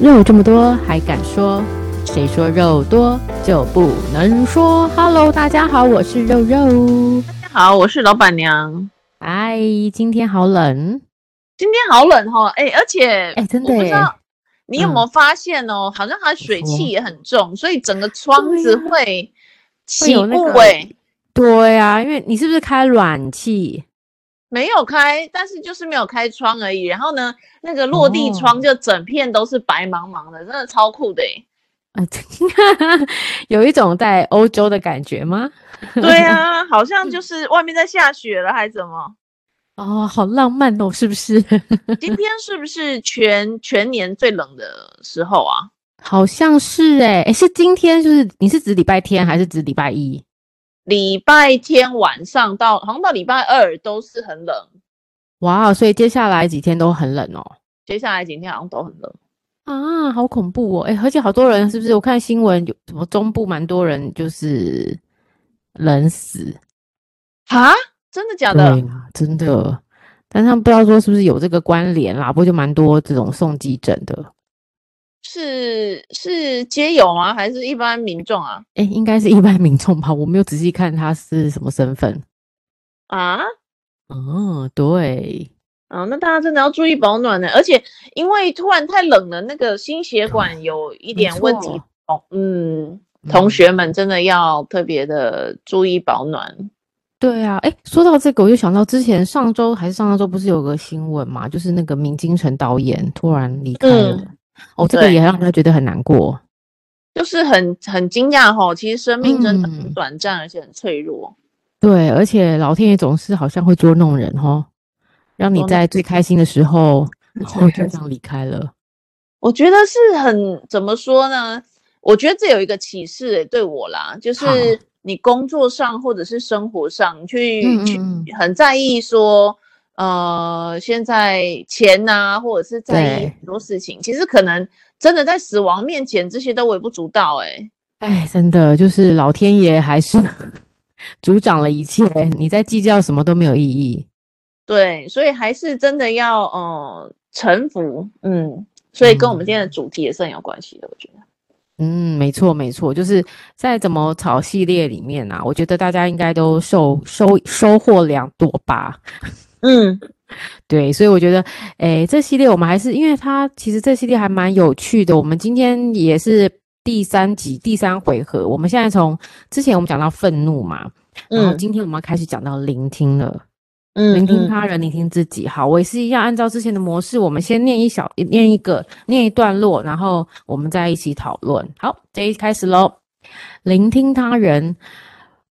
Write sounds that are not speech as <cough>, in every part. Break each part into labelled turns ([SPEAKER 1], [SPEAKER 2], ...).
[SPEAKER 1] 肉这么多还敢说？谁说肉多就不能说？Hello，大家好，我是肉肉。
[SPEAKER 2] 大家好，我是老板娘。
[SPEAKER 1] 哎，今天好冷，
[SPEAKER 2] 今天好冷哦，哎、而且
[SPEAKER 1] 哎，真
[SPEAKER 2] 我
[SPEAKER 1] 的
[SPEAKER 2] 不知
[SPEAKER 1] 耶，嗯
[SPEAKER 2] 道你有没有发现哦，好像它水
[SPEAKER 1] 什
[SPEAKER 2] 汽
[SPEAKER 1] 么
[SPEAKER 2] 也很重，所以整个窗
[SPEAKER 1] 对
[SPEAKER 2] 子
[SPEAKER 1] 啊
[SPEAKER 2] 会
[SPEAKER 1] 会
[SPEAKER 2] 起雾
[SPEAKER 1] 有那个
[SPEAKER 2] 哎、
[SPEAKER 1] 对啊，因为你是不是开暖气？
[SPEAKER 2] 没有开，但是就是没有开窗而已。然后呢，那个落地窗
[SPEAKER 1] 哦
[SPEAKER 2] 就整片都是白茫茫的，真的超酷的、欸。
[SPEAKER 1] <laughs> 啊，有一种在欧洲的感觉吗？
[SPEAKER 2] 对啊，好像就是外面在下雪了还是怎
[SPEAKER 1] <laughs>
[SPEAKER 2] 么？
[SPEAKER 1] 哦，好浪漫哦，是不是？
[SPEAKER 2] 今天是不是全全年最冷的时候啊？
[SPEAKER 1] <laughs> 好像是哎、哎，是今天，就是你是指礼拜天还是指礼拜一？
[SPEAKER 2] 礼拜天晚上到好像到礼拜二都是很冷，
[SPEAKER 1] 哇，所以接下来几天都很冷哦。
[SPEAKER 2] 接下来几天好像都很冷。
[SPEAKER 1] 啊，好恐怖哦！哎、而且好多人是不是？我看新闻有什么中部蛮多人就是冷死，
[SPEAKER 2] 啊？真的假
[SPEAKER 1] 对
[SPEAKER 2] 的？
[SPEAKER 1] 啊，真的。但他们不知道说是不是有这个关联啦，不过就蛮多这种送急诊的。
[SPEAKER 2] 是是街友吗？还是一般民众啊？
[SPEAKER 1] 哎、应该是一般民众吧？我没有仔细看他是什么身份。
[SPEAKER 2] 啊？
[SPEAKER 1] 嗯，对，
[SPEAKER 2] 啊，那大家真的要注意保暖呢。而且因为突然太冷了，那个心血管有一
[SPEAKER 1] 一
[SPEAKER 2] 点问题。哦，嗯，同学们真的要特别的注意保暖。
[SPEAKER 1] 对啊，哎，说到这个，我就想到之前上周还是上上周，不是有个新闻嘛，就是那个明金城导演突然离开了，哦，这个
[SPEAKER 2] 嗯对
[SPEAKER 1] 也让他觉得很难过。
[SPEAKER 2] 就是很很惊讶哈，其实生命真的很
[SPEAKER 1] 嗯
[SPEAKER 2] 短暂，而且很脆弱。
[SPEAKER 1] 对，而且老天爷总是好像会捉弄人哦，让你
[SPEAKER 2] 捉弄
[SPEAKER 1] 在最开心的时候，然后就这样离开了。
[SPEAKER 2] 我觉得是很怎么说呢？我觉得这有一个启示、欸、对我啦，就
[SPEAKER 1] 好
[SPEAKER 2] 是你工作上或者是生活上，你去
[SPEAKER 1] 嗯
[SPEAKER 2] 去
[SPEAKER 1] 嗯
[SPEAKER 2] 很在意说，呃，现在钱呐、或者是在意
[SPEAKER 1] 对
[SPEAKER 2] 很多事情，其实可能真的在死亡面前，这些都微不足道、欸。
[SPEAKER 1] 哎，真的就是老天爷还是 <laughs> 主掌了一切，你在计较什么都没有意义。
[SPEAKER 2] 对，所以还是真的要呃臣服，嗯，所以跟我们今天的主题也是很有关系的，我觉得。
[SPEAKER 1] 嗯，没错没错，就是在怎么炒系列里面啊，我觉得大家应该都受收收获良多吧。
[SPEAKER 2] 嗯，
[SPEAKER 1] 对，所以我觉得，诶，这系列我们还是，因为它其实这系列还蛮有趣的。我们今天也是第三集第三回合，我们现在从之前我们讲到愤怒嘛，然后
[SPEAKER 2] 嗯
[SPEAKER 1] 今天我们要开始讲到聆听了，
[SPEAKER 2] 嗯
[SPEAKER 1] 聆听
[SPEAKER 2] 嗯
[SPEAKER 1] 他人，聆听自己。好，我也是一样，按照之前的模式，我们先念一小念一个念一段落，然后我们再一起讨论。好，这一开始喽，聆听他人。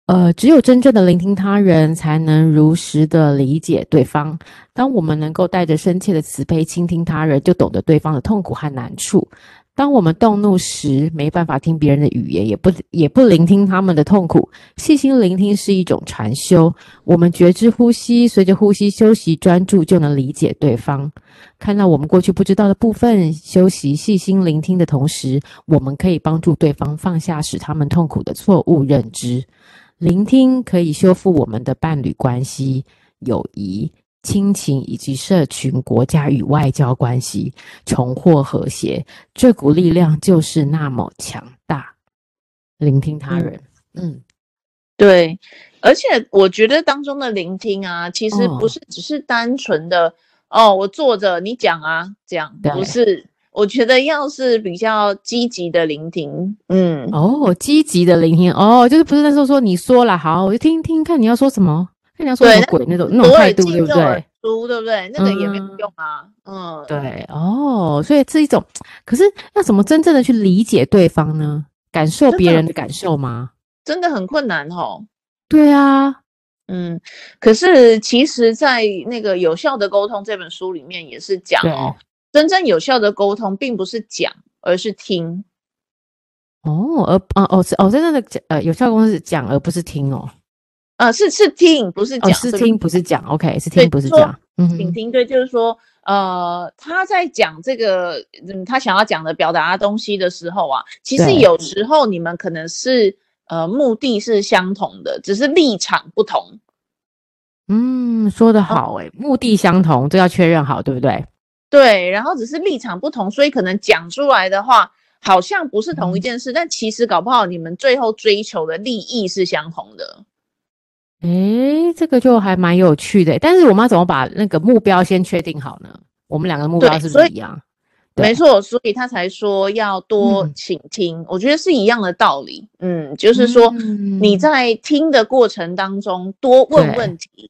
[SPEAKER 1] 呃，只有真正的聆听他人，才能如实的理解对方。当我们能够带着深切的慈悲倾听他人，就懂得对方的痛苦和难处。当我们动怒时，没办法听别人的语言，也不也不聆听他们的痛苦，细心聆听是一种禅修。我们觉知呼吸，随着呼吸休息专注，就能理解对方。看到我们过去不知道的部分，休息细心聆听的同时，我们可以帮助对方放下使他们痛苦的错误认知。聆听可以修复我们的伴侣关系、友谊、亲情以及社群、国家与外交关系，重获和谐。这股力量就是那么强大。聆听他人，嗯，
[SPEAKER 2] 对，而且我觉得当中的聆听啊，其实
[SPEAKER 1] 哦
[SPEAKER 2] 不是只是单纯的哦我坐着你讲啊，这样
[SPEAKER 1] 对
[SPEAKER 2] 不是。我觉得要是比较积极的聆听，嗯，
[SPEAKER 1] 哦，积极的聆听，哦，就是不是那时候说你说了好，我就听听看你要说什么，看你要说什
[SPEAKER 2] 对
[SPEAKER 1] 么鬼那种那
[SPEAKER 2] 左
[SPEAKER 1] 种
[SPEAKER 2] 耳
[SPEAKER 1] 态度，
[SPEAKER 2] 进啊
[SPEAKER 1] 对不
[SPEAKER 2] 右耳
[SPEAKER 1] 对？
[SPEAKER 2] 出，对不对？那个也没有
[SPEAKER 1] 嗯
[SPEAKER 2] 用啊，嗯，
[SPEAKER 1] 对，哦，所以是一种，可是要怎么真正的去理解对方呢？感受
[SPEAKER 2] 真
[SPEAKER 1] 别
[SPEAKER 2] 的
[SPEAKER 1] 人的感受吗？
[SPEAKER 2] 真的很困难哦。
[SPEAKER 1] 对啊，
[SPEAKER 2] 嗯，可是其实，在那个《有效的沟通》这本书里面也是讲
[SPEAKER 1] 对，
[SPEAKER 2] 哦，真正有效的沟通并不是讲，而是听。
[SPEAKER 1] 哦，而啊哦是哦，真正的讲呃有效公司讲而不是听哦，
[SPEAKER 2] 呃，是是听，不是
[SPEAKER 1] 哦
[SPEAKER 2] 讲，
[SPEAKER 1] 是
[SPEAKER 2] 对不
[SPEAKER 1] 听不是讲，OK 是
[SPEAKER 2] 对
[SPEAKER 1] 听不是
[SPEAKER 2] 说
[SPEAKER 1] 讲，嗯
[SPEAKER 2] 请
[SPEAKER 1] 哼，
[SPEAKER 2] 听对，就是说，呃，他在讲这个，嗯，他想要讲的表达的东西的时候啊，其实
[SPEAKER 1] 对
[SPEAKER 2] 有时候你们可能是呃目的是相同的，只是立场不同。
[SPEAKER 1] 哎嗯，说得好诶，目的相同，这要确认好，对不对？
[SPEAKER 2] 对，然后只是立场不同，所以可能讲出来的话好像不是同一
[SPEAKER 1] 嗯
[SPEAKER 2] 件事，但其实搞不好你们最后追求的利益是相同的。
[SPEAKER 1] 诶，这个就还蛮有趣的。但是我们要怎么把那个目标先确定好呢？我们两个目
[SPEAKER 2] 对
[SPEAKER 1] 标是不
[SPEAKER 2] 所
[SPEAKER 1] 是
[SPEAKER 2] 以
[SPEAKER 1] 一样？对
[SPEAKER 2] 没错，所以他才说要多
[SPEAKER 1] 嗯
[SPEAKER 2] 倾听，我觉得是一样的道理。嗯，就是说你
[SPEAKER 1] 嗯
[SPEAKER 2] 在听的过程当中多问
[SPEAKER 1] 对
[SPEAKER 2] 问题。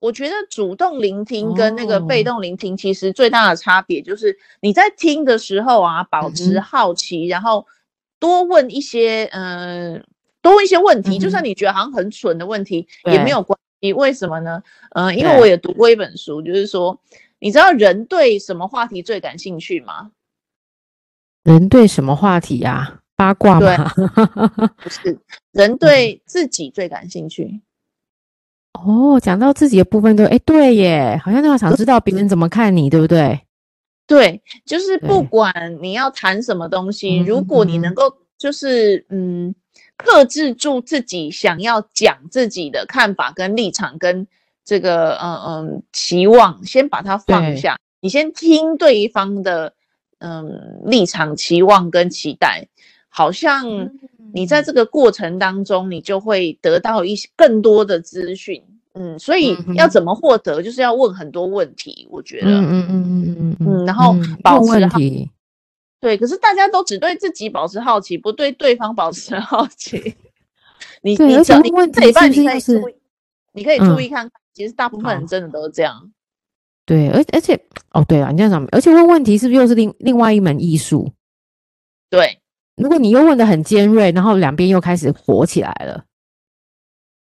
[SPEAKER 2] 我觉得主动聆听跟那个被
[SPEAKER 1] 哦
[SPEAKER 2] 动聆听其实最大的差别就是你在听的时候啊，保持
[SPEAKER 1] 嗯哼
[SPEAKER 2] 好奇，然后多问一些嗯、呃多问一些问题，就
[SPEAKER 1] 嗯
[SPEAKER 2] 算
[SPEAKER 1] 哼
[SPEAKER 2] 你觉得好像很蠢的问题也
[SPEAKER 1] 对
[SPEAKER 2] 没有关系。为什么呢？嗯、因为
[SPEAKER 1] 对
[SPEAKER 2] 我也读过一本书，就是说你知道人对什么话题最感兴趣吗？
[SPEAKER 1] 人对什么话题呀、八卦
[SPEAKER 2] 对
[SPEAKER 1] 吗？
[SPEAKER 2] 不是，
[SPEAKER 1] 嗯
[SPEAKER 2] 人对自己最感兴趣。
[SPEAKER 1] <laughs> 哦，讲到自己的部分都，诶，对耶，好像都要想知道别人怎么看你，对不对？
[SPEAKER 2] 对，就是不
[SPEAKER 1] 对
[SPEAKER 2] 管你要谈什么东西，如果你
[SPEAKER 1] 嗯
[SPEAKER 2] 能够就是嗯，克制住自己想要讲自己的看法跟立场跟这个嗯嗯期望，先把它放
[SPEAKER 1] 对
[SPEAKER 2] 下，你先听对方的嗯立场、期望跟期待，好
[SPEAKER 1] 嗯
[SPEAKER 2] 像嗯你在这个过程当中，你就会得到一些更多的资讯。嗯，所以
[SPEAKER 1] 嗯哼
[SPEAKER 2] 要怎么获得，就是要问很多问题，我觉得。
[SPEAKER 1] 嗯嗯嗯嗯嗯嗯，
[SPEAKER 2] 嗯，然后
[SPEAKER 1] 嗯
[SPEAKER 2] 保
[SPEAKER 1] 问
[SPEAKER 2] 持
[SPEAKER 1] 问
[SPEAKER 2] 好
[SPEAKER 1] 题，
[SPEAKER 2] 对，可是大家都只对自己保持好奇，不对对方保持好奇。你
[SPEAKER 1] 对
[SPEAKER 2] 你
[SPEAKER 1] 而
[SPEAKER 2] 只
[SPEAKER 1] 且
[SPEAKER 2] 要
[SPEAKER 1] 问
[SPEAKER 2] 你
[SPEAKER 1] 问
[SPEAKER 2] 这
[SPEAKER 1] 题
[SPEAKER 2] 礼拜
[SPEAKER 1] 是不
[SPEAKER 2] 你
[SPEAKER 1] 是
[SPEAKER 2] 可以
[SPEAKER 1] 就是
[SPEAKER 2] 注意，你可以注
[SPEAKER 1] 嗯
[SPEAKER 2] 意看看，其实大部分
[SPEAKER 1] 好
[SPEAKER 2] 人真的都是这样。
[SPEAKER 1] 对，而而且哦，对啊，你这样讲，而且问问题是不是又是另另外一门艺术？
[SPEAKER 2] 对，
[SPEAKER 1] 如果你又问的很尖锐，然后两边又开始火起来了，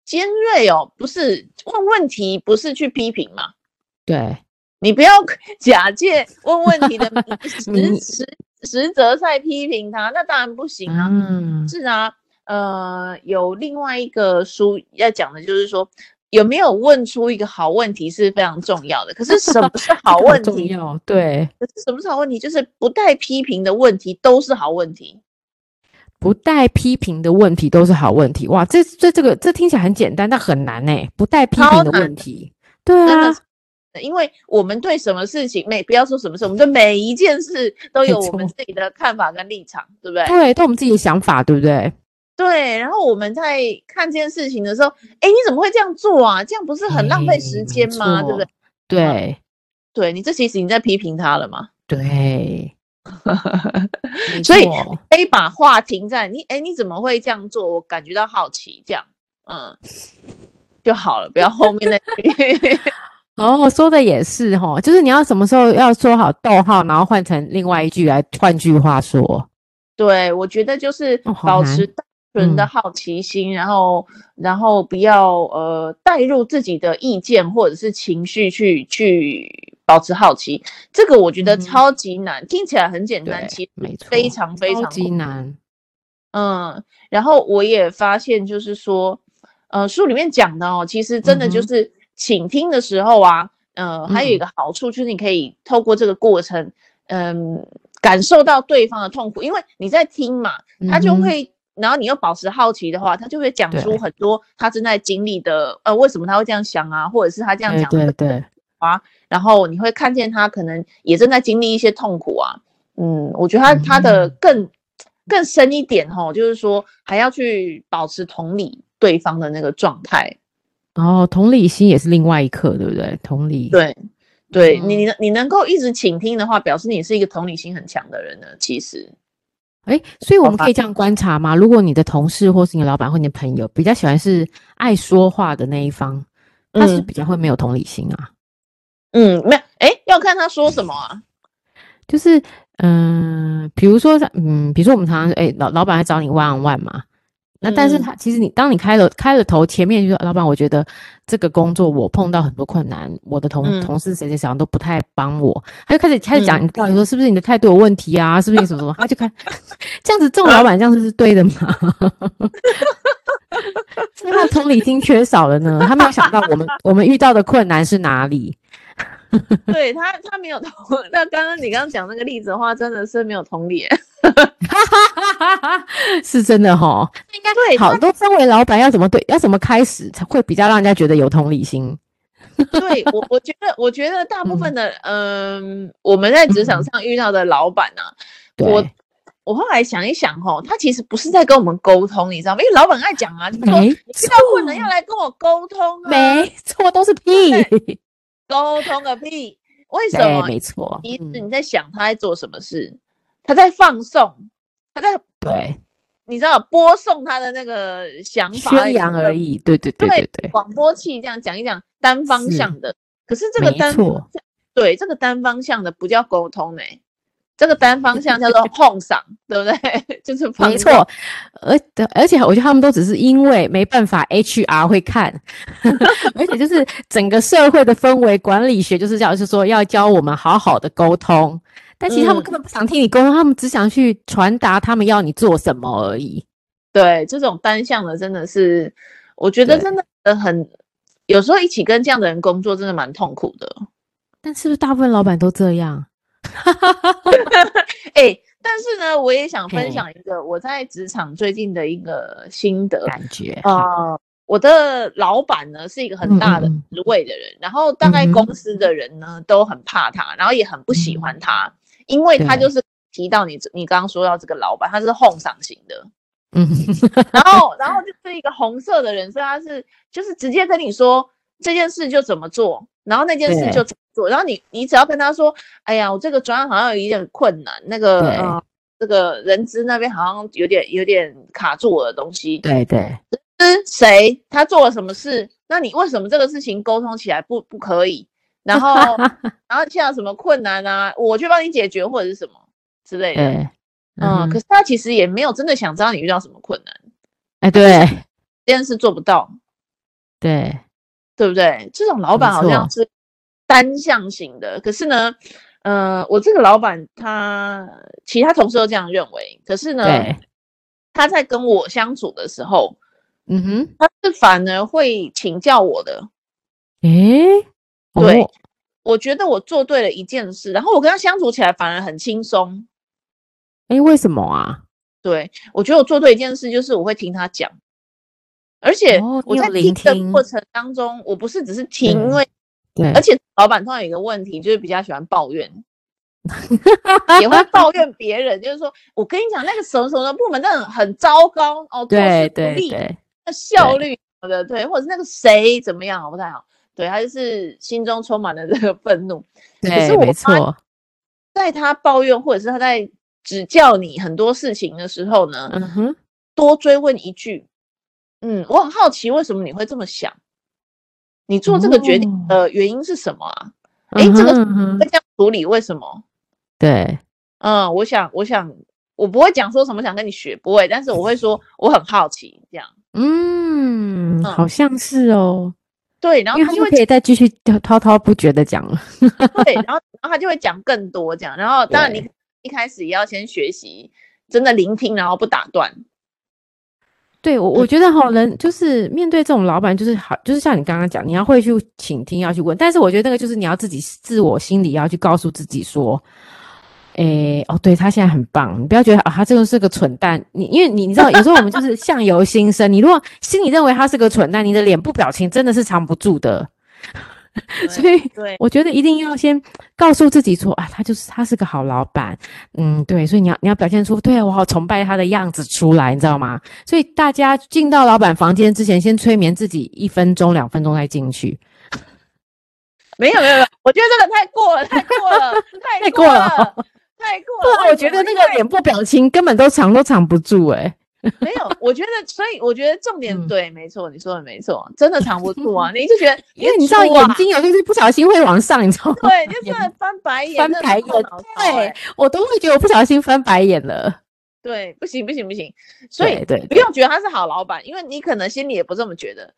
[SPEAKER 2] 尖锐哦，不是问问题，不是去批评嘛。
[SPEAKER 1] 对，
[SPEAKER 2] 你不要 <laughs> 假借问问题的名
[SPEAKER 1] <laughs>
[SPEAKER 2] 义
[SPEAKER 1] 名义
[SPEAKER 2] 实实实则在批评他，那当然不行啊。
[SPEAKER 1] 嗯，
[SPEAKER 2] 是啊，呃，有另外一个书要讲的就是说，有没有问出一个好问题是非常重要的。可
[SPEAKER 1] <laughs>
[SPEAKER 2] 是什么是好
[SPEAKER 1] 这个
[SPEAKER 2] 问
[SPEAKER 1] 重
[SPEAKER 2] 题？
[SPEAKER 1] 要，对，
[SPEAKER 2] 可是什么是好问题？就是不带批评的问题都是好问题。
[SPEAKER 1] 不带批评的问题都是好问题。哇，这这这个这听起来很简单，但很难呢、不带批评
[SPEAKER 2] 超
[SPEAKER 1] 的
[SPEAKER 2] 难
[SPEAKER 1] 问题，对
[SPEAKER 2] 真的
[SPEAKER 1] 啊
[SPEAKER 2] 是，因为我们对什么事情，每不要说什么事，我们对每一件事都
[SPEAKER 1] 没
[SPEAKER 2] 有我们
[SPEAKER 1] 错
[SPEAKER 2] 自己的看法跟立场，对不对？
[SPEAKER 1] 对，都我们自己的想法，对不对？
[SPEAKER 2] 对，然后我们在看这件事情的时候，哎，你怎么会这样做啊？这样不是很浪费
[SPEAKER 1] 嘿
[SPEAKER 2] 时
[SPEAKER 1] 哎没
[SPEAKER 2] 间吗？对不对
[SPEAKER 1] 嗯
[SPEAKER 2] 嗯
[SPEAKER 1] 错？对
[SPEAKER 2] 对你这其实你在批评他了嘛？ <laughs>
[SPEAKER 1] 对，没
[SPEAKER 2] 所以
[SPEAKER 1] 错
[SPEAKER 2] 可以把话停在你，哎，你怎么会这样做？我感觉到好奇，这样，嗯，就好了，不要后面那句。
[SPEAKER 1] 哦，说的也是哈，就是你要什么时候要说好逗号，然后换成另外一句来，换句话说，
[SPEAKER 2] <laughs> 对，我觉得就是
[SPEAKER 1] 哦好
[SPEAKER 2] 保
[SPEAKER 1] 难
[SPEAKER 2] 持单纯的
[SPEAKER 1] 嗯
[SPEAKER 2] 好奇心，然后，然后不要呃带入自己的意见或者是情绪去去保持好奇，这个我觉得
[SPEAKER 1] 嗯哼
[SPEAKER 2] 超级难，听起来很简单，
[SPEAKER 1] 对
[SPEAKER 2] 其实
[SPEAKER 1] 没错
[SPEAKER 2] 非常非常
[SPEAKER 1] 超级
[SPEAKER 2] 困
[SPEAKER 1] 难，
[SPEAKER 2] 嗯，然后我也发现，就是说，呃，书里面讲的哦，其实真的就
[SPEAKER 1] 嗯哼
[SPEAKER 2] 是倾听的时候啊，呃，还有一
[SPEAKER 1] 嗯
[SPEAKER 2] 个好处就是你可以透过这个过程，嗯，感受到对方的痛苦，因为你在听嘛，他就
[SPEAKER 1] 嗯哼
[SPEAKER 2] 会，然后你又保持好奇的话，他就会讲出
[SPEAKER 1] 对
[SPEAKER 2] 很多他正在经历的，呃，为什么他会这样想啊，或者是他这样
[SPEAKER 1] 对
[SPEAKER 2] 讲会
[SPEAKER 1] 对对，
[SPEAKER 2] 然后你会看见他可能也正在经历一些痛苦啊。嗯，我觉得他他的
[SPEAKER 1] 嗯
[SPEAKER 2] 更更深一点吼、就是说还要去保持同理对方的那个状态。
[SPEAKER 1] 然后哦同理心也是另外一课，对不对？同理，
[SPEAKER 2] 对，对
[SPEAKER 1] 嗯
[SPEAKER 2] 你你能你能够一直倾听的话，表示你是一个同理心很强的人呢。其实，
[SPEAKER 1] 哎，所以我
[SPEAKER 2] 好
[SPEAKER 1] 们
[SPEAKER 2] 吧
[SPEAKER 1] 可以这样观察吗？如果你的同事或是你的老板或你的朋友比较喜欢是爱说话的那一方，他是
[SPEAKER 2] 嗯
[SPEAKER 1] 比较会没有同理心啊，
[SPEAKER 2] 嗯，没有，哎，要看他说什么啊。
[SPEAKER 1] 就是嗯、呃比如说他嗯，比如说我们常常哎老老板来找你万 n 万嘛。那但是
[SPEAKER 2] 嗯嗯
[SPEAKER 1] 他其实你当你开了开了头，前面就说老板，我觉得这个工作我碰到很多困难，我的同、
[SPEAKER 2] 嗯
[SPEAKER 1] 同事谁谁谁好像都不太帮我，他就开始开始讲你到底说是不是你的态度有问题啊，是不是你什么什么，他就开 <laughs> 这样子，这种老板这样子是对的吗？ <laughs> 是他的同理心缺少了呢？他没有想到我们我们遇到的困难是哪里？ <laughs>
[SPEAKER 2] 对他，他没有同。 <laughs> 那刚刚你刚刚讲那个例子的话，真的是没有同理耶。
[SPEAKER 1] 是真的哈。那应该
[SPEAKER 2] 对
[SPEAKER 1] 好，都身为老板要怎么对，要怎么开始才会比较让人家觉得有同理心？
[SPEAKER 2] 对我，我觉得，我觉得大部分的，嗯、我们在职场上遇到的老板啊呢、
[SPEAKER 1] 对
[SPEAKER 2] 我我后来想一想哦，他其实不是在跟我们沟通，你知道吗？因为老板爱讲啊，就说
[SPEAKER 1] 没
[SPEAKER 2] 你遇到困难要来跟我沟通啊，
[SPEAKER 1] 没错，都是屁。
[SPEAKER 2] 沟通个屁！为什
[SPEAKER 1] 对，
[SPEAKER 2] 么？
[SPEAKER 1] 没错。
[SPEAKER 2] 其实
[SPEAKER 1] 嗯
[SPEAKER 2] 你在想他在做什么事，他在放送，他在
[SPEAKER 1] 对，
[SPEAKER 2] 你知道播送他的那个想法，
[SPEAKER 1] 宣扬而。已。对对对对对，
[SPEAKER 2] 广播器这样讲一讲，单方
[SPEAKER 1] 是
[SPEAKER 2] 向的。可是这个
[SPEAKER 1] 没
[SPEAKER 2] 单
[SPEAKER 1] 错
[SPEAKER 2] 对这个单方向的不叫沟通呢、这个单方向叫做 <laughs> 哄嗓，对不对？ <laughs> 就是放
[SPEAKER 1] 没错。而而且我觉得他们都只是因为没办法，HR 会看， <laughs> 而且就是整个社会的氛围管理学就是要是说要教我们好好的沟通，但其实他们
[SPEAKER 2] 嗯
[SPEAKER 1] 根本不想听你沟通，他们只想去传达他们要你做什么而已。
[SPEAKER 2] 对，这种单向的真的是，我觉得
[SPEAKER 1] 对
[SPEAKER 2] 真的很，有时候一起跟这样的人工作真的蛮痛苦的。
[SPEAKER 1] 但是不是大部分老板都这样？
[SPEAKER 2] 哎，但是呢，我也想
[SPEAKER 1] 嘿
[SPEAKER 2] 分享一个我在职场最近的一个心得。
[SPEAKER 1] 感觉
[SPEAKER 2] 啊，我的老板呢是一个
[SPEAKER 1] 嗯
[SPEAKER 2] 很大的
[SPEAKER 1] 嗯
[SPEAKER 2] 职位的人，然后大概
[SPEAKER 1] 嗯哼嗯
[SPEAKER 2] 公司的人呢、都很怕他，然后也很不喜欢他，因为他
[SPEAKER 1] 对
[SPEAKER 2] 就是提到你你刚刚说到这个老板，他是哄赏型的，
[SPEAKER 1] 嗯，
[SPEAKER 2] 然后然后就是一个红色的人，所以他是就是直接跟你说这件事就怎么做，然后那件事
[SPEAKER 1] 对
[SPEAKER 2] 就怎么做，然后你你只要跟他说，哎呀，我这个专案好像有一点困难，那个
[SPEAKER 1] 对
[SPEAKER 2] 呃这个人资那边好像有点有点卡住我的东西，
[SPEAKER 1] 对对，
[SPEAKER 2] 是谁，他做了什么事，那你为什么这个事情沟通起来不不可以？然后
[SPEAKER 1] <laughs>
[SPEAKER 2] 然后现在有什么困难啊，我去帮你解决或者是什么之类的。
[SPEAKER 1] 对，
[SPEAKER 2] 嗯，可
[SPEAKER 1] 是
[SPEAKER 2] 是他其实也没有真的想知道你遇到什么困难，
[SPEAKER 1] 哎，对
[SPEAKER 2] 这件事做不到，
[SPEAKER 1] 对，
[SPEAKER 2] 对不对？这种老板好像是单向型的，可是呢，呃，我这个老板他其他同事都这样认为，可是呢，
[SPEAKER 1] 对，
[SPEAKER 2] 他在跟我相处的时候，
[SPEAKER 1] 嗯哼，
[SPEAKER 2] 他是反而会请教我的，
[SPEAKER 1] 诶，
[SPEAKER 2] 对
[SPEAKER 1] 哦，
[SPEAKER 2] 我觉得我做对了一件事，然后我跟他相处起来反而很轻松。
[SPEAKER 1] 诶，为什么啊？
[SPEAKER 2] 对我觉得我做对一件事，就是我会听他讲，而且
[SPEAKER 1] 哦
[SPEAKER 2] 我
[SPEAKER 1] 你有
[SPEAKER 2] 在
[SPEAKER 1] 聆
[SPEAKER 2] 听的
[SPEAKER 1] 听嗯
[SPEAKER 2] 过程当中，我不是只是听，因
[SPEAKER 1] 对
[SPEAKER 2] 为
[SPEAKER 1] 对，
[SPEAKER 2] 而且老板通常有一个问题，就是比较喜欢抱
[SPEAKER 1] <laughs>
[SPEAKER 2] 怨，也会抱怨别人，就是说我跟你讲那个什么什么部门那很糟糕哦，做
[SPEAKER 1] 对
[SPEAKER 2] 事不
[SPEAKER 1] 对
[SPEAKER 2] 力
[SPEAKER 1] 对，
[SPEAKER 2] 那效率什么的，对，或者是那个谁怎么样不太好，对他就是心中充满了这个愤怒。可是
[SPEAKER 1] 对，
[SPEAKER 2] 我
[SPEAKER 1] 没
[SPEAKER 2] 发
[SPEAKER 1] 错，
[SPEAKER 2] 在他抱怨或者是他在指教你很多事情的时候呢，
[SPEAKER 1] 嗯哼，
[SPEAKER 2] 多追问一句，嗯，我很好奇为什么你会这么想，你做这个决定的原因是什么啊？诶
[SPEAKER 1] 哦嗯
[SPEAKER 2] 这个
[SPEAKER 1] 哼嗯哼
[SPEAKER 2] 会这样处理为什么？
[SPEAKER 1] 对，
[SPEAKER 2] 嗯，我想，我想，我不会讲说什么想跟你学，不会，但是我会说
[SPEAKER 1] <laughs>
[SPEAKER 2] 我很好奇这样。
[SPEAKER 1] 嗯，
[SPEAKER 2] 嗯
[SPEAKER 1] 好像是哦，
[SPEAKER 2] 对，然后
[SPEAKER 1] 因为
[SPEAKER 2] 他
[SPEAKER 1] 他
[SPEAKER 2] 就
[SPEAKER 1] 们
[SPEAKER 2] 会
[SPEAKER 1] 可以再继续滔滔滔不绝的讲了，
[SPEAKER 2] 对，然后然后他就会讲更多这样，然后当然你一开始也要先学习，真的聆听，然后不打断。
[SPEAKER 1] 对我，我觉得好人就是面对这种老板，就是好，就是像你刚刚讲，你要会去倾听，要去问。但是我觉得那个就是你要自己自我心里要去告诉自己说，诶，哦，对他现在很棒，你不要觉得啊、他这个是个蠢蛋。你因为你你知道，有时候我们就是相由心生，你如果心里认为他是个蠢蛋，你的脸部表情真的是藏不住的。所以
[SPEAKER 2] 对，
[SPEAKER 1] 我觉得一定要先告诉自己说啊，他就是他是个好老板，嗯，对，所以你要你要表现出对我好崇拜他的样子出来，你知道吗？所以大家进到老板房间之前，先催眠自己一分钟、两分钟再进去，
[SPEAKER 2] 没有没有，没有，我觉得这个太过了，太过了，
[SPEAKER 1] <laughs>
[SPEAKER 2] 太
[SPEAKER 1] 太过
[SPEAKER 2] 了，
[SPEAKER 1] 了
[SPEAKER 2] 太过
[SPEAKER 1] 不
[SPEAKER 2] 了。
[SPEAKER 1] 然我觉得那个脸部表情根本都藏都藏不住、欸，哎，
[SPEAKER 2] 没有，我觉得，所以我觉得重点、
[SPEAKER 1] 嗯
[SPEAKER 2] 对，没错，你说的没错，真的藏不住啊，你就觉得，
[SPEAKER 1] <laughs> 因为你知道
[SPEAKER 2] 猪啊
[SPEAKER 1] 眼，睛有时候是不小心会往上，你知道
[SPEAKER 2] <laughs>
[SPEAKER 1] 吗？
[SPEAKER 2] 对，就真的翻白眼，
[SPEAKER 1] 翻
[SPEAKER 2] 真的
[SPEAKER 1] 白
[SPEAKER 2] 头
[SPEAKER 1] 眼
[SPEAKER 2] 脑烧
[SPEAKER 1] 对
[SPEAKER 2] 欸
[SPEAKER 1] 我都会觉得我不小心翻白眼了。
[SPEAKER 2] 对，不行不行不行，所以
[SPEAKER 1] 对对
[SPEAKER 2] 不用觉得他是好老板，因为你可能心里也不这么觉得，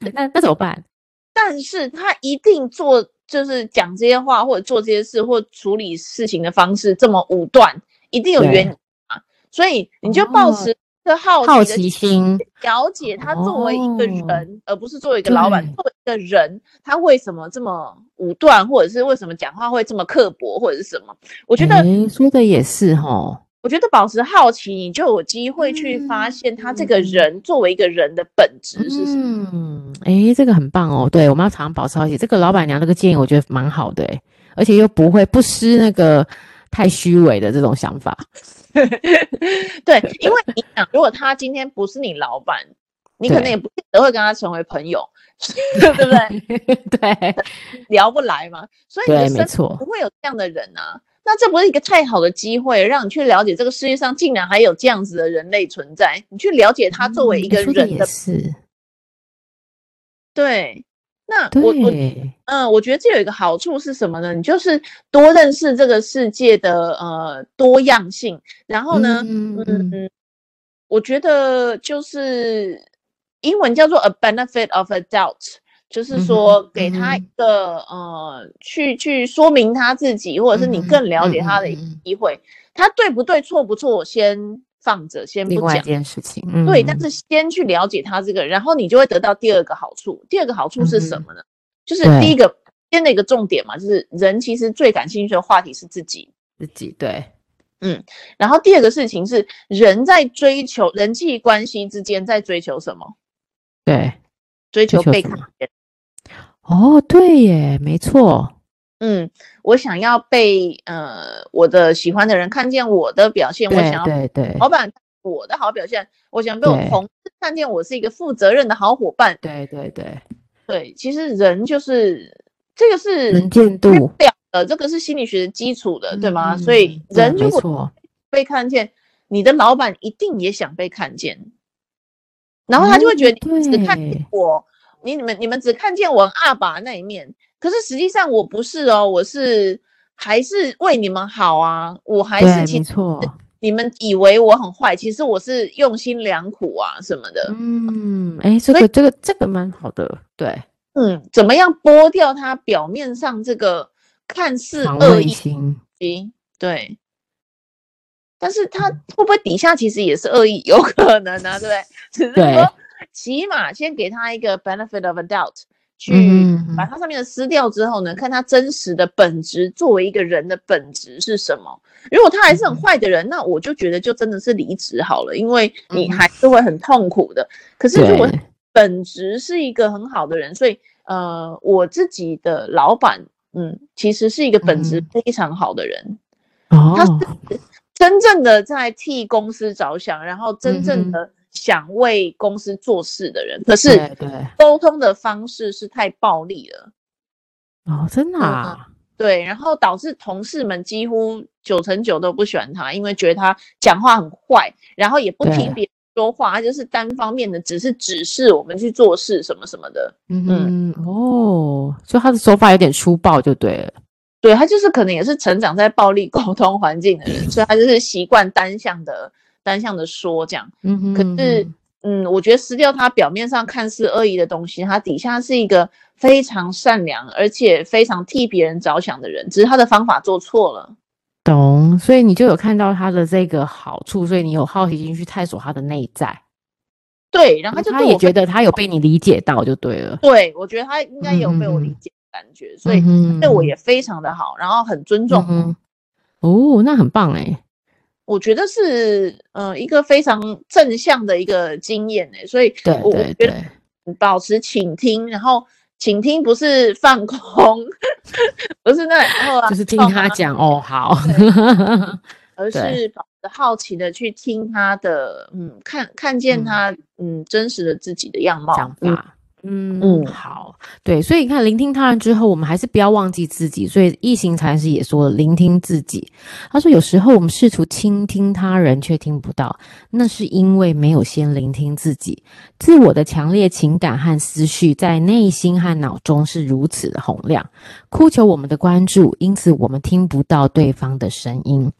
[SPEAKER 1] 对那那怎么办？
[SPEAKER 2] 但是他一定做就是讲这些话或者做这些事或处理事情的方式这么武断，一定有
[SPEAKER 1] 对
[SPEAKER 2] 原因啊，所以你就保
[SPEAKER 1] 哦
[SPEAKER 2] 持着好奇的
[SPEAKER 1] 好奇心，哦
[SPEAKER 2] 了解他作为一个人，而不是作为一个
[SPEAKER 1] 对
[SPEAKER 2] 老板，作为一个人，他为什么这么武断，或者是为什么讲话会这么刻薄，或者是什么？我
[SPEAKER 1] 我
[SPEAKER 2] 觉得，
[SPEAKER 1] 说的也是哈。
[SPEAKER 2] 我觉得保持好奇，
[SPEAKER 1] 嗯
[SPEAKER 2] 你就有机会去发现他这个人、作为一个人的本质是什么。
[SPEAKER 1] 嗯，诶，这个很棒哦。对，我们要常常保持好奇。这个老板娘这个建议，我觉得蛮好的诶，而且又不会不失那个太虚伪的这种想法。 <laughs>
[SPEAKER 2] 对，因为你想，如果他今天不是你老板，你可能
[SPEAKER 1] 对
[SPEAKER 2] 也不见得会跟他成为朋友， <laughs> 对不对？
[SPEAKER 1] 对，
[SPEAKER 2] 聊不来嘛，所以你
[SPEAKER 1] 对，
[SPEAKER 2] 的
[SPEAKER 1] 没
[SPEAKER 2] 身
[SPEAKER 1] 错
[SPEAKER 2] 不。会有这样的人啊。那这不是一个太好的机会，让你去了解这个世界上竟然还有这样子的人类存在，你去了解他作为
[SPEAKER 1] 嗯
[SPEAKER 2] 一个
[SPEAKER 1] 说得
[SPEAKER 2] 人
[SPEAKER 1] 也
[SPEAKER 2] 的、
[SPEAKER 1] 是，
[SPEAKER 2] 对。那我我
[SPEAKER 1] 对，
[SPEAKER 2] 嗯，我觉得这有一个好处是什么呢？你就是多认识这个世界的呃多样性，然后呢，
[SPEAKER 1] 嗯
[SPEAKER 2] 嗯，我觉得就是英文叫做 a benefit of a doubt，就是说
[SPEAKER 1] 嗯哼
[SPEAKER 2] 给
[SPEAKER 1] 嗯哼
[SPEAKER 2] 他一个、呃去去说明他自己，或者是你
[SPEAKER 1] 嗯哼
[SPEAKER 2] 更了解他的一个
[SPEAKER 1] 嗯嗯嗯
[SPEAKER 2] 机会。他对不对、错不错，我先放着，先
[SPEAKER 1] 嗯另
[SPEAKER 2] 不
[SPEAKER 1] 外一
[SPEAKER 2] 讲。
[SPEAKER 1] 件事情，嗯，
[SPEAKER 2] 对，但是先去了解他这个人，然后你就会得到第二个好处。第二个好处是什
[SPEAKER 1] 嗯
[SPEAKER 2] 么呢？就是
[SPEAKER 1] 对
[SPEAKER 2] 第一个先的一个重点嘛，就是人其实最感兴趣的话题是自己。
[SPEAKER 1] 自己对，
[SPEAKER 2] 然后第二个事情是人在追求人际关系之间在追求什么？
[SPEAKER 1] 对，
[SPEAKER 2] 追
[SPEAKER 1] 追
[SPEAKER 2] 求
[SPEAKER 1] 求
[SPEAKER 2] 被
[SPEAKER 1] 什
[SPEAKER 2] 看
[SPEAKER 1] 么
[SPEAKER 2] 见。
[SPEAKER 1] 哦，对耶，没错，
[SPEAKER 2] 嗯，我想要被呃我的喜欢的人看见我的表现，我
[SPEAKER 1] 对
[SPEAKER 2] 想要
[SPEAKER 1] 对对
[SPEAKER 2] 老板看我的好表现，我想被我
[SPEAKER 1] 对
[SPEAKER 2] 同事看见我是一个负责任的好伙伴。
[SPEAKER 1] 对对对，
[SPEAKER 2] 对，其实人就是这个是
[SPEAKER 1] 能见度，
[SPEAKER 2] 了的，这个是心理学的基础的，对吗？所以
[SPEAKER 1] 嗯对
[SPEAKER 2] 人
[SPEAKER 1] 没
[SPEAKER 2] 如果
[SPEAKER 1] 错，
[SPEAKER 2] 被看见，你的老板一定也想被看见，然后他就会觉得
[SPEAKER 1] 哦
[SPEAKER 2] 你只看
[SPEAKER 1] 对
[SPEAKER 2] 见我，你你们你们只看见我很阿爸那一面，可是实际上我不是哦，我是还是为你们好啊，我还
[SPEAKER 1] 对，
[SPEAKER 2] 是
[SPEAKER 1] 没
[SPEAKER 2] 其实
[SPEAKER 1] 错，
[SPEAKER 2] 你们以为我很坏，其实我是用心良苦啊什么的，
[SPEAKER 1] 嗯，哎，这
[SPEAKER 2] 所以
[SPEAKER 1] 个这个这个蛮好的，对，
[SPEAKER 2] 嗯，怎么样剥掉他表面上这个看似
[SPEAKER 1] 防
[SPEAKER 2] 恶
[SPEAKER 1] 卫
[SPEAKER 2] 意
[SPEAKER 1] 心，
[SPEAKER 2] 心，对。但是他会不会底下其实也是恶意？ <laughs> 有可能啊，对不对？只是
[SPEAKER 1] 对
[SPEAKER 2] 说，起码先给他一个 benefit of a doubt，去
[SPEAKER 1] 嗯嗯
[SPEAKER 2] 把
[SPEAKER 1] 嗯
[SPEAKER 2] 它上面的撕掉之后呢，看他真实的本质，作为一个人的本质是什么。如果他还是很
[SPEAKER 1] 嗯
[SPEAKER 2] 坏的人，那我就觉得就真的是离职好了，因为你
[SPEAKER 1] 嗯
[SPEAKER 2] 还是会很痛苦的。可是如果
[SPEAKER 1] 对，
[SPEAKER 2] 本质是一个很好的人，所以呃，我自己的老板，嗯，其实是一个本质
[SPEAKER 1] 嗯
[SPEAKER 2] 非常好的人，
[SPEAKER 1] 哦
[SPEAKER 2] 他，是真正的在替公司着想，然后真正的想为公司做事的人。
[SPEAKER 1] 嗯
[SPEAKER 2] 可
[SPEAKER 1] 对
[SPEAKER 2] 是
[SPEAKER 1] 对，
[SPEAKER 2] 沟通的方式是太暴力了，
[SPEAKER 1] 哦，真的
[SPEAKER 2] 嗯
[SPEAKER 1] 啊，
[SPEAKER 2] 对，然后导致同事们几乎九成九都不喜欢他，因为觉得他讲话很坏，然后也不
[SPEAKER 1] 对
[SPEAKER 2] 听别人说话，他就是单方面的，只是指示我们去做事什么什么的。
[SPEAKER 1] 嗯哼，哦，所以他的手法有点粗暴，就对了，
[SPEAKER 2] 对他就是可能也是成长在暴力沟通环境的人，所以他就是习惯单向的单向的说这样。
[SPEAKER 1] 嗯哼，
[SPEAKER 2] 可
[SPEAKER 1] 嗯
[SPEAKER 2] 是
[SPEAKER 1] 哼
[SPEAKER 2] 嗯，我觉得撕掉他表面上看似恶意的东西，他底下是一个非常善良而且非常替别人着想的人，只是他的方法做错了。
[SPEAKER 1] 懂，所以你就有看到他的这个好处，所以你有好奇心去探索他的内在，
[SPEAKER 2] 对，然后他就
[SPEAKER 1] 他
[SPEAKER 2] 对
[SPEAKER 1] 也
[SPEAKER 2] 我
[SPEAKER 1] 觉得他有被你理解到，就对了，
[SPEAKER 2] 对我觉得他应该有被
[SPEAKER 1] 嗯
[SPEAKER 2] 我
[SPEAKER 1] 嗯嗯
[SPEAKER 2] 理解的感觉，所以
[SPEAKER 1] 嗯哼
[SPEAKER 2] 对我也非常的好，然后很尊重
[SPEAKER 1] 嗯
[SPEAKER 2] 我。
[SPEAKER 1] 哼，哦，那很棒哎，
[SPEAKER 2] 我觉得是呃一个非常正向的一个经验诶、所以
[SPEAKER 1] 对
[SPEAKER 2] 我我
[SPEAKER 1] 对
[SPEAKER 2] 觉得
[SPEAKER 1] 对，
[SPEAKER 2] 保持倾听，然后倾听不是放空， <laughs> 不是那然后啊
[SPEAKER 1] 就是听
[SPEAKER 2] 放
[SPEAKER 1] 他
[SPEAKER 2] 啊
[SPEAKER 1] 讲哦，好，
[SPEAKER 2] 而
[SPEAKER 1] 对
[SPEAKER 2] 是保持好奇的去听他的，嗯，看看见
[SPEAKER 1] 嗯
[SPEAKER 2] 他嗯真实的自己的样貌，
[SPEAKER 1] 想
[SPEAKER 2] 嗯
[SPEAKER 1] 法。嗯
[SPEAKER 2] 嗯
[SPEAKER 1] 好，对，所以你看，聆听他人之后，我们还是不要忘记自己。所以一行禅师也说了，聆听自己。他说，有时候我们试图倾听他人，却听不到，那是因为没有先聆听自己。自我的强烈情感和思绪在内心和脑中是如此的洪亮，哭求我们的关注，因此我们听不到对方的声音。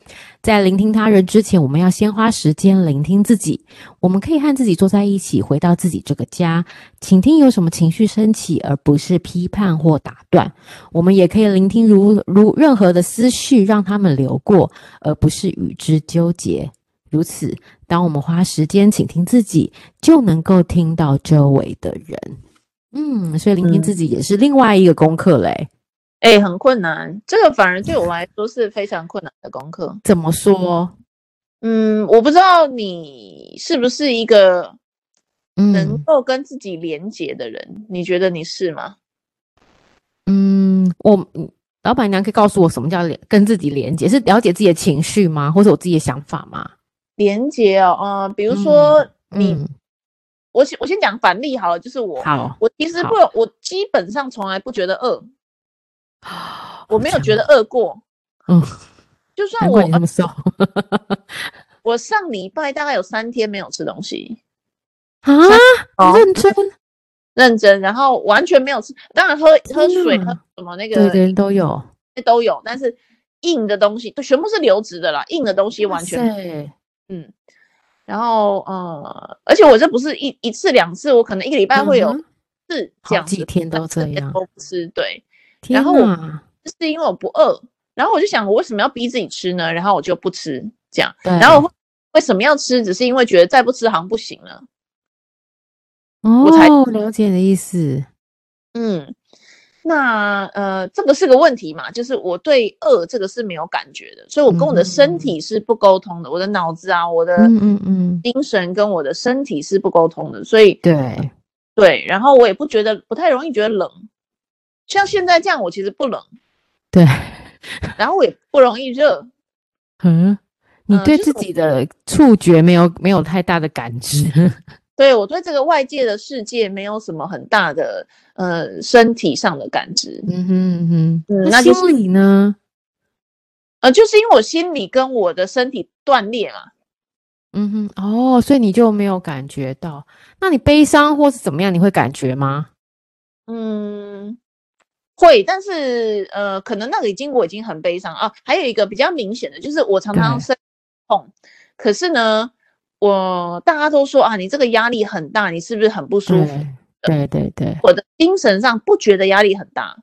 [SPEAKER 1] 在聆听他人之前，我们要先花时间聆听自己。我们可以和自己坐在一起，回到自己这个家，倾听有什么情绪升起，而不是批判或打断。我们也可以聆听如如任何的思绪，让他们流过，而不是与之纠结。如此，当我们花时间倾听自己，就能够听到周围的人。嗯，所以聆听
[SPEAKER 2] 嗯
[SPEAKER 1] 自己也是另外一个功课嘞、
[SPEAKER 2] 哎、很困难，这个反而对我来说是非常困难的功课。
[SPEAKER 1] 怎么说？
[SPEAKER 2] 嗯，我不知道你是不是一个能够跟自己连接的人，你觉得你是吗？
[SPEAKER 1] 嗯，我嗯老板娘可以告诉我什么叫连跟自己连接，是了解自己的情绪吗？或者我自己的想法吗？
[SPEAKER 2] 连接哦，呃，比如说你，
[SPEAKER 1] 嗯，
[SPEAKER 2] 我先我先讲反例好了，就是我，
[SPEAKER 1] 好，
[SPEAKER 2] 我其实
[SPEAKER 1] 好
[SPEAKER 2] 不，我基本上从来不觉得饿，我没有觉
[SPEAKER 1] 哦得，
[SPEAKER 2] 得饿过，
[SPEAKER 1] 嗯，
[SPEAKER 2] 就算
[SPEAKER 1] 难
[SPEAKER 2] 我呃
[SPEAKER 1] 怪你那么
[SPEAKER 2] <laughs>
[SPEAKER 1] 瘦啊
[SPEAKER 2] 我上礼拜大概有三天没有吃东西，
[SPEAKER 1] 啊！
[SPEAKER 2] 哦
[SPEAKER 1] 认真，
[SPEAKER 2] 认真，然后完全没有吃，当然喝喝
[SPEAKER 1] 天
[SPEAKER 2] 水、
[SPEAKER 1] 哪
[SPEAKER 2] 喝什么那
[SPEAKER 1] 嗯对
[SPEAKER 2] 个
[SPEAKER 1] 对都有，
[SPEAKER 2] 都有，但是硬的东西都全部是流质的啦，硬的东西完全。
[SPEAKER 1] 对，
[SPEAKER 2] 嗯，然后呃，而且我这不是一一次两次，我可能一个礼拜会有
[SPEAKER 1] 嗯哼
[SPEAKER 2] 四
[SPEAKER 1] 好
[SPEAKER 2] 这样
[SPEAKER 1] 几
[SPEAKER 2] 子
[SPEAKER 1] 天
[SPEAKER 2] 但
[SPEAKER 1] 都
[SPEAKER 2] 是
[SPEAKER 1] 这样
[SPEAKER 2] 都不吃，对，
[SPEAKER 1] 天
[SPEAKER 2] 然后我
[SPEAKER 1] 哪
[SPEAKER 2] 就是因为我不饿，然后我就想我为什么要逼自己吃呢？然后我就不吃这样，
[SPEAKER 1] 对，
[SPEAKER 2] 然后我为什么要吃？只是因为觉得再不吃好像不行了，
[SPEAKER 1] 哦，
[SPEAKER 2] 才
[SPEAKER 1] 了解你的意思，
[SPEAKER 2] 嗯。那呃，这个是个问题嘛，就是我对饿这个是没有感觉的，所以我跟我的身体是不沟通的，我的脑子啊，我的
[SPEAKER 1] 嗯嗯嗯，
[SPEAKER 2] 精神跟我的身体是不沟通的，所以
[SPEAKER 1] 对，
[SPEAKER 2] 对，然后我也不觉得，不太容易觉得冷。像现在这样，我其实不冷，
[SPEAKER 1] 对，
[SPEAKER 2] 然后我也不容易热。
[SPEAKER 1] 嗯，你
[SPEAKER 2] 呃
[SPEAKER 1] 对
[SPEAKER 2] 就
[SPEAKER 1] 自
[SPEAKER 2] 是我
[SPEAKER 1] 己的触觉没有没有太大的感知，
[SPEAKER 2] 对我对这个外界的世界没有什么很大的呃身体上的感知，
[SPEAKER 1] 嗯哼嗯 <laughs> 哼，
[SPEAKER 2] 嗯
[SPEAKER 1] 那
[SPEAKER 2] 那就是
[SPEAKER 1] 心理呢？
[SPEAKER 2] 呃，就是因为我心里跟我的身体断裂嘛。
[SPEAKER 1] 嗯哼，哦，所以你就没有感觉到，那你悲伤或是怎么样，你会感觉吗？
[SPEAKER 2] 嗯，会，但是呃，可能那个已经我已经很悲伤啊。还有一个比较明显的就是，我常常
[SPEAKER 1] 对
[SPEAKER 2] 生痛，可是呢，我大家都说啊，你这个压力很大，你是不是很不舒服？
[SPEAKER 1] 对对对对，
[SPEAKER 2] 我的精神上不觉得压力很大。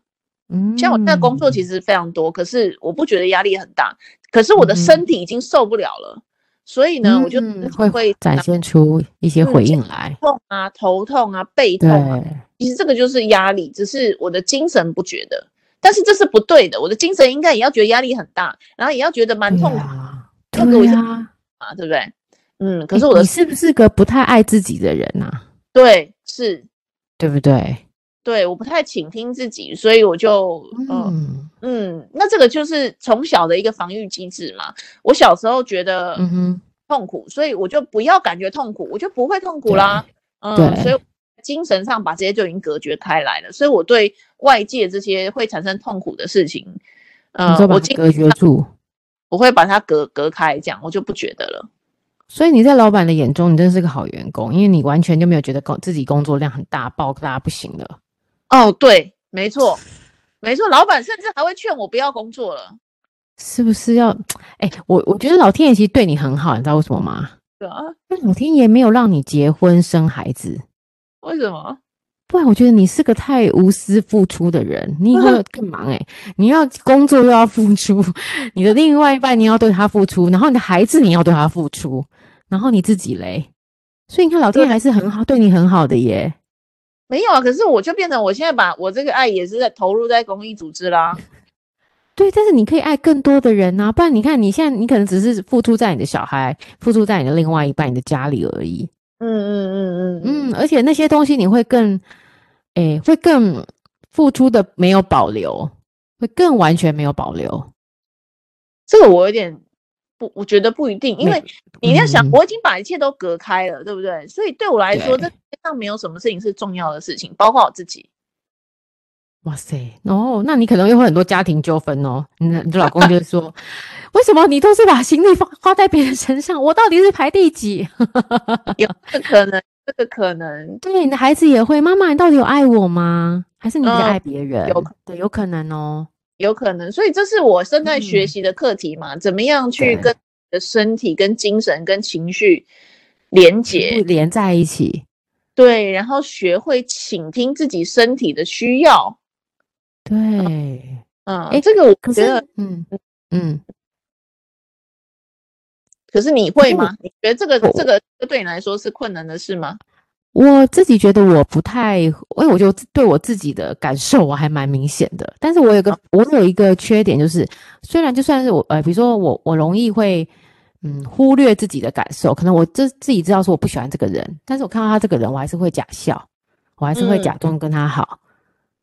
[SPEAKER 1] 嗯，
[SPEAKER 2] 像我现在工作其
[SPEAKER 1] 实
[SPEAKER 2] 实非常多，可是我不觉得压力很大，可是
[SPEAKER 1] 嗯
[SPEAKER 2] 我的身体已经受不了了，所以呢，我就
[SPEAKER 1] 会
[SPEAKER 2] 会
[SPEAKER 1] 展现出一些
[SPEAKER 2] 嗯
[SPEAKER 1] 回
[SPEAKER 2] 像
[SPEAKER 1] 应来，
[SPEAKER 2] 痛啊、头痛啊、背
[SPEAKER 1] 对
[SPEAKER 2] 痛啊。其实这个就是压力，只是我的精神不觉得，但是这是不对的。我的精神应该也要觉得压力很大，然后也要觉得蛮
[SPEAKER 1] 对
[SPEAKER 2] 痛苦
[SPEAKER 1] 啊，
[SPEAKER 2] 要给我
[SPEAKER 1] 对
[SPEAKER 2] 一些
[SPEAKER 1] 啊，
[SPEAKER 2] 啊，对不对？嗯，可
[SPEAKER 1] 你
[SPEAKER 2] 是我的
[SPEAKER 1] 你是不是个不太爱自己的人呐、
[SPEAKER 2] 对是，
[SPEAKER 1] 对不对？
[SPEAKER 2] 对，我不太倾听自己，所以我就呃
[SPEAKER 1] 嗯
[SPEAKER 2] 嗯，那这个就是从小的一个防御机制嘛。我小时候觉得
[SPEAKER 1] 嗯哼，
[SPEAKER 2] 痛苦，所以我就不要感觉痛苦，我就不会痛苦啦。嗯，
[SPEAKER 1] 对
[SPEAKER 2] 所以精神上把这些就已经隔绝开来了。所以我对外界这些会产生痛苦的事情，
[SPEAKER 1] 你
[SPEAKER 2] 嗯
[SPEAKER 1] 就，把
[SPEAKER 2] 我
[SPEAKER 1] 它
[SPEAKER 2] 精
[SPEAKER 1] 隔绝住。
[SPEAKER 2] 我会把它隔隔开，这样我就不觉得了。
[SPEAKER 1] 所以你在老板的眼中，你真是个好员工，因为你完全就没有觉得工自己工作量很大，爆大不行了。
[SPEAKER 2] 哦，对，没错，没错，老板甚至还会劝我不要工作了。
[SPEAKER 1] 是不是要？哎、我我觉得老天爷其实对你很好，你知道为什么吗？
[SPEAKER 2] 对啊，
[SPEAKER 1] 因为老天爷没有让你结婚生孩子，
[SPEAKER 2] 为什么？
[SPEAKER 1] 不然我觉得你是个太无私付出的人，你以后更忙哎、你要工作又要付出，你的另外一半你要对他付出，然后你的孩子你要对他付出，然后你自己嘞，所以你看老天爷还是很好，对你很好的耶。
[SPEAKER 2] 没有啊，可是我就变成我现在把我这个爱也是在投入在公益组织啦。
[SPEAKER 1] 对，但是你可以爱更多的人呐、啊不然你看你现在你可能只是付出在你的小孩，付出在你的另外一半、你的家里而已。
[SPEAKER 2] 嗯嗯嗯嗯嗯，
[SPEAKER 1] 嗯，而且那些东西你会更，诶，会更付出的没有保留，会更完全没有保留。
[SPEAKER 2] 这个我有点不，我觉得不一定，因
[SPEAKER 1] 没
[SPEAKER 2] 为你要想
[SPEAKER 1] 嗯，
[SPEAKER 2] 我已经把一切都隔开了，对不对？所以对我来说，这
[SPEAKER 1] 对
[SPEAKER 2] 世界上没有什么事情是重要的事情，包括我自己。
[SPEAKER 1] 哇塞，哦，那你可能又会很多家庭纠纷哦。你的你的老公就会说， <laughs> 为什么你都是把行李放花在别人身上？我到底是排第几？ <laughs>
[SPEAKER 2] 有这个可能，这个可能，
[SPEAKER 1] 对，你的孩子也会，妈妈，你到底有爱我吗？还是你比较
[SPEAKER 2] 嗯
[SPEAKER 1] 爱别人？
[SPEAKER 2] 有可
[SPEAKER 1] 对，有可能哦。
[SPEAKER 2] 有可能，所以这是我正在学
[SPEAKER 1] 嗯
[SPEAKER 2] 习的课题嘛？怎么样去
[SPEAKER 1] 对
[SPEAKER 2] 跟你的身体、跟精神、跟情绪连
[SPEAKER 1] 全
[SPEAKER 2] 接
[SPEAKER 1] 部？连在一起。
[SPEAKER 2] 对，然后学会倾听自己身体的需要。
[SPEAKER 1] 对，
[SPEAKER 2] 嗯，
[SPEAKER 1] 诶
[SPEAKER 2] 这个
[SPEAKER 1] 可
[SPEAKER 2] 我觉
[SPEAKER 1] 是
[SPEAKER 2] 得，，
[SPEAKER 1] 嗯嗯，
[SPEAKER 2] 可是你
[SPEAKER 1] 是
[SPEAKER 2] 会
[SPEAKER 1] 我哦
[SPEAKER 2] 吗？你觉得这个
[SPEAKER 1] 我
[SPEAKER 2] 这个这对你来说是困难的事吗？
[SPEAKER 1] 我自己觉得我不太，因为我就自对我自己的感受我还蛮明显的，但是我有一个我有一个缺点就是，虽然就算是我呃，比如说我我容易会嗯，忽略自己的感受。可能我这自己知道说我不喜欢这个人，但是我看到他这个人，我还是会假笑，我还是会假装跟他好，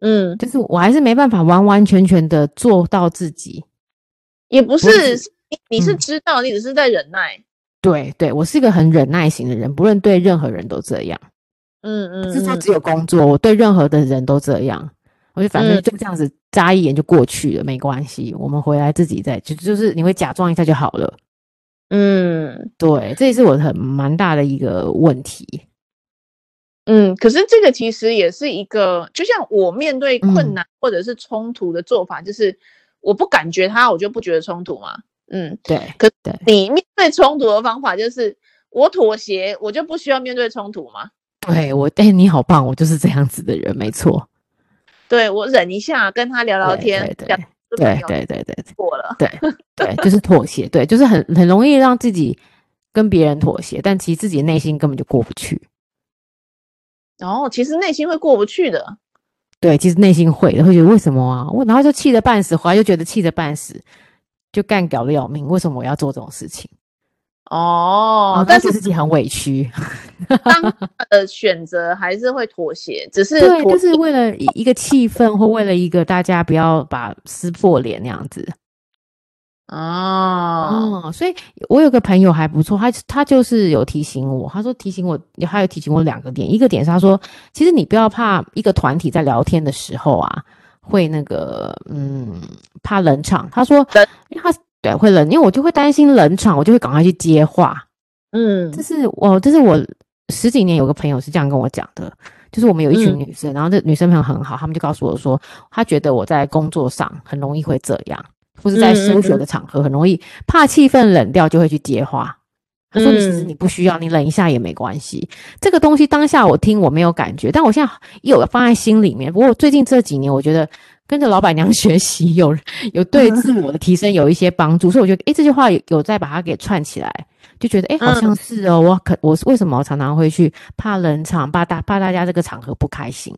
[SPEAKER 2] 嗯，
[SPEAKER 1] 就是我还是没办法完完全全的做到自己。
[SPEAKER 2] 也不
[SPEAKER 1] 不
[SPEAKER 2] 是
[SPEAKER 1] 是，
[SPEAKER 2] 你你是
[SPEAKER 1] 嗯
[SPEAKER 2] 知道，你只是在忍耐，
[SPEAKER 1] 对对，我是一个很忍耐型的人，不论对任何人都这样，
[SPEAKER 2] 嗯嗯
[SPEAKER 1] 不是说
[SPEAKER 2] 嗯，
[SPEAKER 1] 只有工作，我对任何的人都这样。我就反正
[SPEAKER 2] 嗯
[SPEAKER 1] 就这样子眨一眼就过去了，没关系，我们回来自己再就就是你会假装一下就好了。
[SPEAKER 2] 嗯
[SPEAKER 1] 对，这也是我很蛮大的一个问题。
[SPEAKER 2] 嗯。可是这个其实也是一个，就像我面对困
[SPEAKER 1] 嗯
[SPEAKER 2] 难或者是冲突的做法，就是我不感觉它，我就不觉得冲突嘛，嗯。
[SPEAKER 1] 对，
[SPEAKER 2] 可
[SPEAKER 1] 对
[SPEAKER 2] 你面对冲突的方法就是我妥协，我就不需要面对冲突嘛。
[SPEAKER 1] 对我，哎、你好棒，我就是这样子的人，没错。
[SPEAKER 2] 对我忍一下，跟他聊聊
[SPEAKER 1] 对
[SPEAKER 2] 天，
[SPEAKER 1] 对
[SPEAKER 2] 聊就
[SPEAKER 1] 对
[SPEAKER 2] 没有
[SPEAKER 1] 对对对对
[SPEAKER 2] 过了。
[SPEAKER 1] 对，就是妥协，对，就是很很容易让自己跟别人妥协，但其实自己内心根本就过不去。
[SPEAKER 2] 然后其实内心会过不去的，
[SPEAKER 1] 对，其实内心会的，会觉得为什么啊？我然后就气得半死，回来就觉得气得半死，就干搞得要命。为什么我要做这种事情？然
[SPEAKER 2] 哦
[SPEAKER 1] 后，
[SPEAKER 2] 但
[SPEAKER 1] 觉得
[SPEAKER 2] 是
[SPEAKER 1] 自己很委屈，
[SPEAKER 2] 当下的选择还是会妥协，只是
[SPEAKER 1] 对，
[SPEAKER 2] 妥
[SPEAKER 1] 就
[SPEAKER 2] 协
[SPEAKER 1] 是为了一一个气氛，或为了一个大家不要把撕破脸那样子。
[SPEAKER 2] 哦，
[SPEAKER 1] 哦，所以我有个朋友还不错，他他就是有提醒我，他说提醒我，还有提醒我两个点，一个点是他说，其实你不要怕一个团体在聊天的时候啊，会那个嗯怕冷场，他说
[SPEAKER 2] 冷，
[SPEAKER 1] 因为他对会冷，因为我就会担心冷场，我就会赶快去接话，
[SPEAKER 2] 嗯
[SPEAKER 1] 这是我，这是我十几年有个朋友是这样跟我讲的，就是我们有一群
[SPEAKER 2] 嗯
[SPEAKER 1] 女生，然后这女生朋友很好，她们就告诉我说，她觉得我在工作上很容易会这样，或是在
[SPEAKER 2] 嗯嗯
[SPEAKER 1] 搜索的场合很容易怕气氛冷掉，就会去接话。她说：“你其实
[SPEAKER 2] 嗯
[SPEAKER 1] 你不需要，你冷一下也没关系。这个东西当下我听我没有感觉，但我现在有放在心里面。不过我最近这几年，我觉得跟着老板娘 <laughs> 学习，有有对自我的提升有一些帮助，所以我觉得，诶，这句话有有在把它给串起来。就觉得哎、诶好
[SPEAKER 2] 嗯
[SPEAKER 1] 像是哦，我可我是为什么我常常会去怕冷场，怕大怕大家这个场合不开心。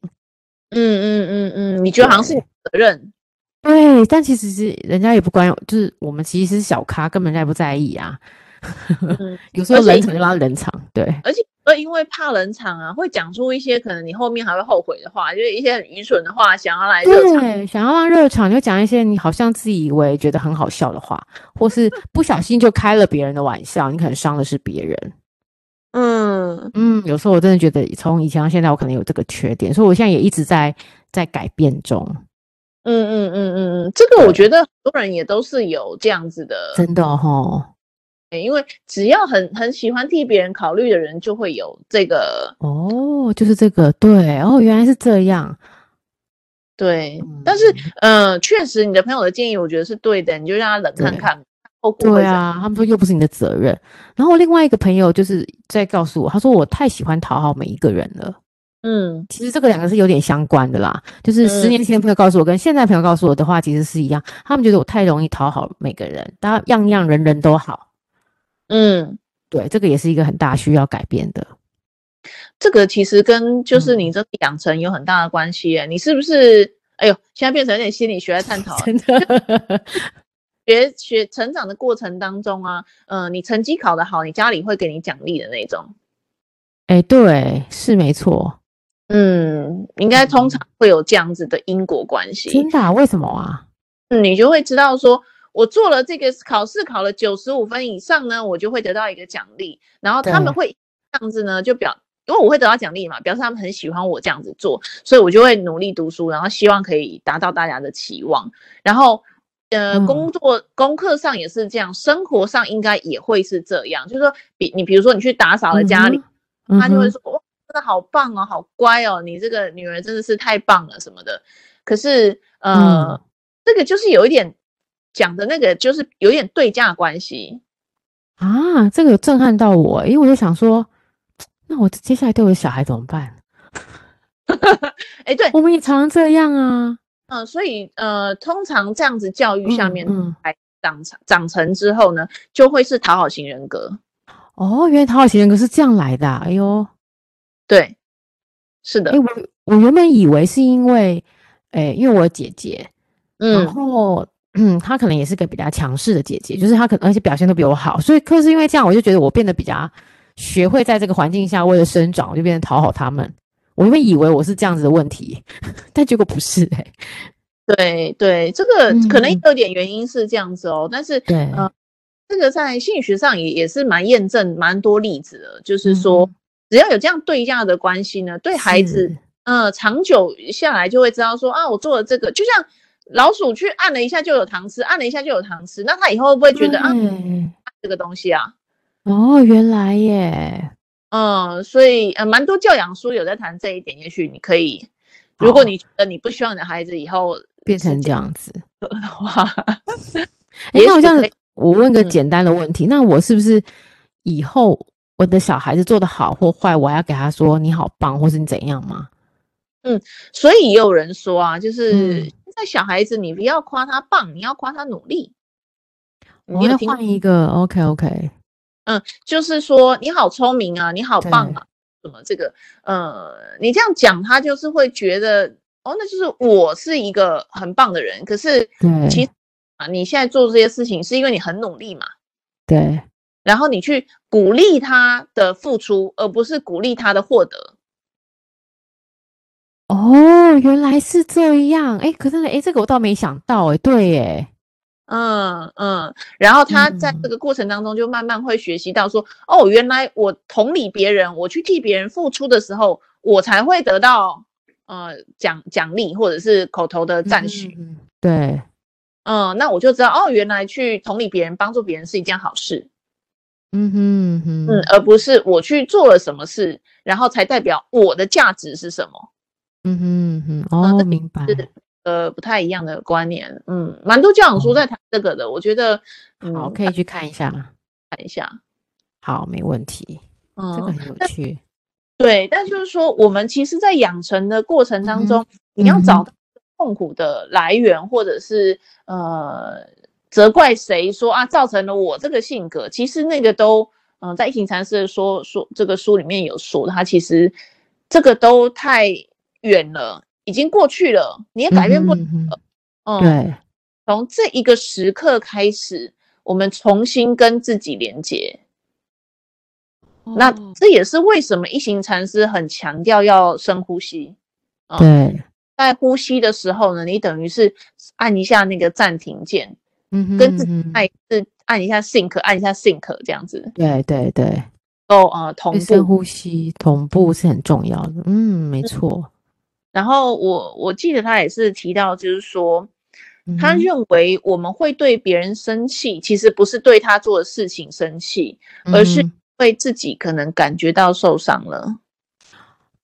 [SPEAKER 2] 嗯嗯嗯嗯，你觉得好像是你的责任，
[SPEAKER 1] 对，但其实是人家也不管，就是我们其实是小咖，根本人家也不在意啊。
[SPEAKER 2] 嗯，
[SPEAKER 1] <laughs> 有时候
[SPEAKER 2] 而且
[SPEAKER 1] 冷场就让他冷场，对
[SPEAKER 2] 而且会因为怕冷场啊，会讲出一些可能你后面还会后悔的话，就是一些很愚蠢的话，想要来热场，
[SPEAKER 1] 对，想要让热场就讲一些你好像自以为觉得很好笑的话，或是不小心就开了别人的玩笑，你可能伤的是别人。
[SPEAKER 2] 嗯
[SPEAKER 1] 嗯，有时候我真的觉得从以前到现在，我可能有这个缺点，所以我现在也一直在在改变中。
[SPEAKER 2] 嗯嗯嗯嗯嗯，这个我
[SPEAKER 1] 对
[SPEAKER 2] 觉得很多人也都是有这样子的
[SPEAKER 1] 真的哦，
[SPEAKER 2] 因为只要很很喜欢替别人考虑的人，就会有这个
[SPEAKER 1] 哦，就是这个，对，哦，原来是这样，
[SPEAKER 2] 对。
[SPEAKER 1] 嗯
[SPEAKER 2] 但是，呃，确实你的朋友的建议，我觉得是对的，你就让他冷看
[SPEAKER 1] 对
[SPEAKER 2] 看后果会
[SPEAKER 1] 对
[SPEAKER 2] 怎样。
[SPEAKER 1] 啊，他们说又不是你的责任。然后我另外一个朋友就是在告诉我，他说我太喜欢讨好每一个人了。
[SPEAKER 2] 嗯
[SPEAKER 1] 其实这个两个是有点相关的啦，就是十
[SPEAKER 2] 嗯
[SPEAKER 1] 年前的朋友告诉我跟现在朋友告诉我的话其实是一样，他们觉得我太容易讨好每个人，大家样样人人都好。
[SPEAKER 2] 嗯，
[SPEAKER 1] 对，这个也是一个很大需要改变的。
[SPEAKER 2] 这个其实跟就是
[SPEAKER 1] 嗯
[SPEAKER 2] 你这个养成有很大的关系耶。你是不是？哎呦，现在变成有点心理学在探
[SPEAKER 1] <laughs>
[SPEAKER 2] 讨了。
[SPEAKER 1] 真的，
[SPEAKER 2] 学学成长的过程当中啊，呃，你成绩考得好，你家里会给你奖励的那种。
[SPEAKER 1] 哎，对，是没错，
[SPEAKER 2] 嗯，应该通
[SPEAKER 1] 嗯
[SPEAKER 2] 常会有这样子的因果关系。
[SPEAKER 1] 真的啊、为什么啊？
[SPEAKER 2] 嗯你就会知道说，我做了这个考试考了九十五分以上呢，我就会得到一个奖励。然后他们
[SPEAKER 1] 对
[SPEAKER 2] 会这样子呢，就表因为我会得到奖励嘛，表示他们很喜欢我这样子做，所以我就会努力读书，然后希望可以达到大家的期望。然后，呃，
[SPEAKER 1] 嗯
[SPEAKER 2] 工作功课上也是这样，生活上应该也会是这样，就是说，比你比如说你去打扫了家里，
[SPEAKER 1] 嗯哼，
[SPEAKER 2] 他就会
[SPEAKER 1] 嗯哼
[SPEAKER 2] 说哇，真的好棒哦，好乖哦，你这个女儿真的是太棒了什么的。可是呃，
[SPEAKER 1] 嗯
[SPEAKER 2] 这个就是有一点讲的那个，就是有点对价关系。
[SPEAKER 1] 啊，这个有震撼到我，因为我就想说，那我接下来对我的小孩怎么办？
[SPEAKER 2] 哎，对，
[SPEAKER 1] 我们也常常这样啊，
[SPEAKER 2] 嗯、所以呃，通常这样子教育下
[SPEAKER 1] 嗯
[SPEAKER 2] 面
[SPEAKER 1] 嗯，
[SPEAKER 2] 长成长成之后呢，就会是讨好型人格。
[SPEAKER 1] 哦，原来讨好型人格是这样来的啊、哎呦，
[SPEAKER 2] 对，是的
[SPEAKER 1] 哎，，我我原本以为是因为，哎，因为我有姐姐，然
[SPEAKER 2] 嗯
[SPEAKER 1] 后嗯，她可能也是个比较强势的姐姐，就是她可能而且表现都比我好，所以可是因为这样，我就觉得我变得比较学会在这个环境下为了生长，我就变得讨好他们。我原本以为我是这样子的问题， <laughs> 但结果不是哎、
[SPEAKER 2] 对对，这个
[SPEAKER 1] 嗯
[SPEAKER 2] 可能有点原因是这样子哦，但是
[SPEAKER 1] 对
[SPEAKER 2] 呃，这个在心理学上也也是蛮验证蛮多例子的，就是说、
[SPEAKER 1] 嗯
[SPEAKER 2] 只要有这样对价的关系呢，对孩子
[SPEAKER 1] 是
[SPEAKER 2] 呃长久下来就会知道说啊，我做了这个，就像老鼠去按了一下就有糖吃，按了一下就有糖吃，那它以后会不会觉得啊
[SPEAKER 1] 对
[SPEAKER 2] 这个东西啊？
[SPEAKER 1] 哦，原来耶，
[SPEAKER 2] 嗯，所以呃，蛮多教养书有在谈这一点，也许你可以，如果
[SPEAKER 1] 好
[SPEAKER 2] 你觉得你不希望你的孩子以后
[SPEAKER 1] 变成这样子。
[SPEAKER 2] 的话，
[SPEAKER 1] 哎，
[SPEAKER 2] 也
[SPEAKER 1] 那我
[SPEAKER 2] 许
[SPEAKER 1] 这样
[SPEAKER 2] 可
[SPEAKER 1] 子，我问个
[SPEAKER 2] 嗯
[SPEAKER 1] 简单的问题，那我是不是以后我的小孩子做的好或坏，我要给他说你好棒，或是你怎样吗？
[SPEAKER 2] 所以也有人说啊，就是
[SPEAKER 1] 嗯
[SPEAKER 2] 现在小孩子，你不要夸他棒，你要夸他努力。
[SPEAKER 1] 我
[SPEAKER 2] 你有
[SPEAKER 1] 要
[SPEAKER 2] 听过？
[SPEAKER 1] 换一个，OK OK，
[SPEAKER 2] 嗯，就是说你好聪明啊，你好棒啊，什么这个，呃，你这样讲他就是会觉得，哦，那就是我是一个很棒的人。可是
[SPEAKER 1] 对
[SPEAKER 2] 其实啊，你现在做这些事情是因为你很努力嘛，
[SPEAKER 1] 对，
[SPEAKER 2] 然后你去鼓励他的付出，而不是鼓励他的获得。
[SPEAKER 1] 哦，原来是这样，哎，可是呢，哎，这个我倒没想到，哎，对耶，
[SPEAKER 2] 嗯嗯，然后他在这
[SPEAKER 1] 嗯
[SPEAKER 2] 个过程当中就慢慢会学习到说，哦，原来我同理别人，我去替别人付出的时候，我才会得到呃奖奖励或者是口头的赞许。
[SPEAKER 1] 嗯，嗯嗯对，
[SPEAKER 2] 嗯那我就知道哦，原来去同理别人、帮助别人是一件好事，
[SPEAKER 1] 嗯哼嗯哼，
[SPEAKER 2] 嗯，而不是我去做了什么事，然后才代表我的价值是什么，
[SPEAKER 1] 嗯哼嗯哼，
[SPEAKER 2] 嗯
[SPEAKER 1] 哦，
[SPEAKER 2] 这
[SPEAKER 1] 明白，
[SPEAKER 2] 是呃不太一样的观念。嗯，蛮多教养书
[SPEAKER 1] 哦
[SPEAKER 2] 在谈这个的，我觉得嗯，
[SPEAKER 1] 好，可以去看一下，
[SPEAKER 2] 看一下，
[SPEAKER 1] 好，没问题，
[SPEAKER 2] 嗯，
[SPEAKER 1] 这个很有趣，
[SPEAKER 2] 对，但就是说，我们其实，在养成的过程当中，你要
[SPEAKER 1] 嗯
[SPEAKER 2] 找到痛苦的来源，或者是呃责怪谁说啊，造成了我这个性格。其实那个都，嗯、在疫情禅师的说说这个书里面有说，他其实这个都太远了，已经过去了，你也改变不了。
[SPEAKER 1] 嗯哼嗯哼
[SPEAKER 2] 嗯，
[SPEAKER 1] 对，
[SPEAKER 2] 从这一个时刻开始，我们重新跟自己连接。那
[SPEAKER 1] 哦
[SPEAKER 2] 这也是为什么一行禅师很强调要深呼吸。啊
[SPEAKER 1] 对，
[SPEAKER 2] 在呼吸的时候呢，你等于是按一下那个暂停键，
[SPEAKER 1] 嗯哼，
[SPEAKER 2] 跟自己
[SPEAKER 1] 嗯哼
[SPEAKER 2] 按是按一下 sync，按一下 sync 这样子，
[SPEAKER 1] 对对对，
[SPEAKER 2] 够呃同
[SPEAKER 1] 对深
[SPEAKER 2] 步。
[SPEAKER 1] 呼吸同步是很重要的，嗯，没错，
[SPEAKER 2] 然后我我记得他也是提到，就是说
[SPEAKER 1] 嗯
[SPEAKER 2] 他
[SPEAKER 1] 哼
[SPEAKER 2] 认为我们会对别人生气，其实不是对他做的事情生气，而是
[SPEAKER 1] 嗯哼
[SPEAKER 2] 为自己可能感觉到受伤了。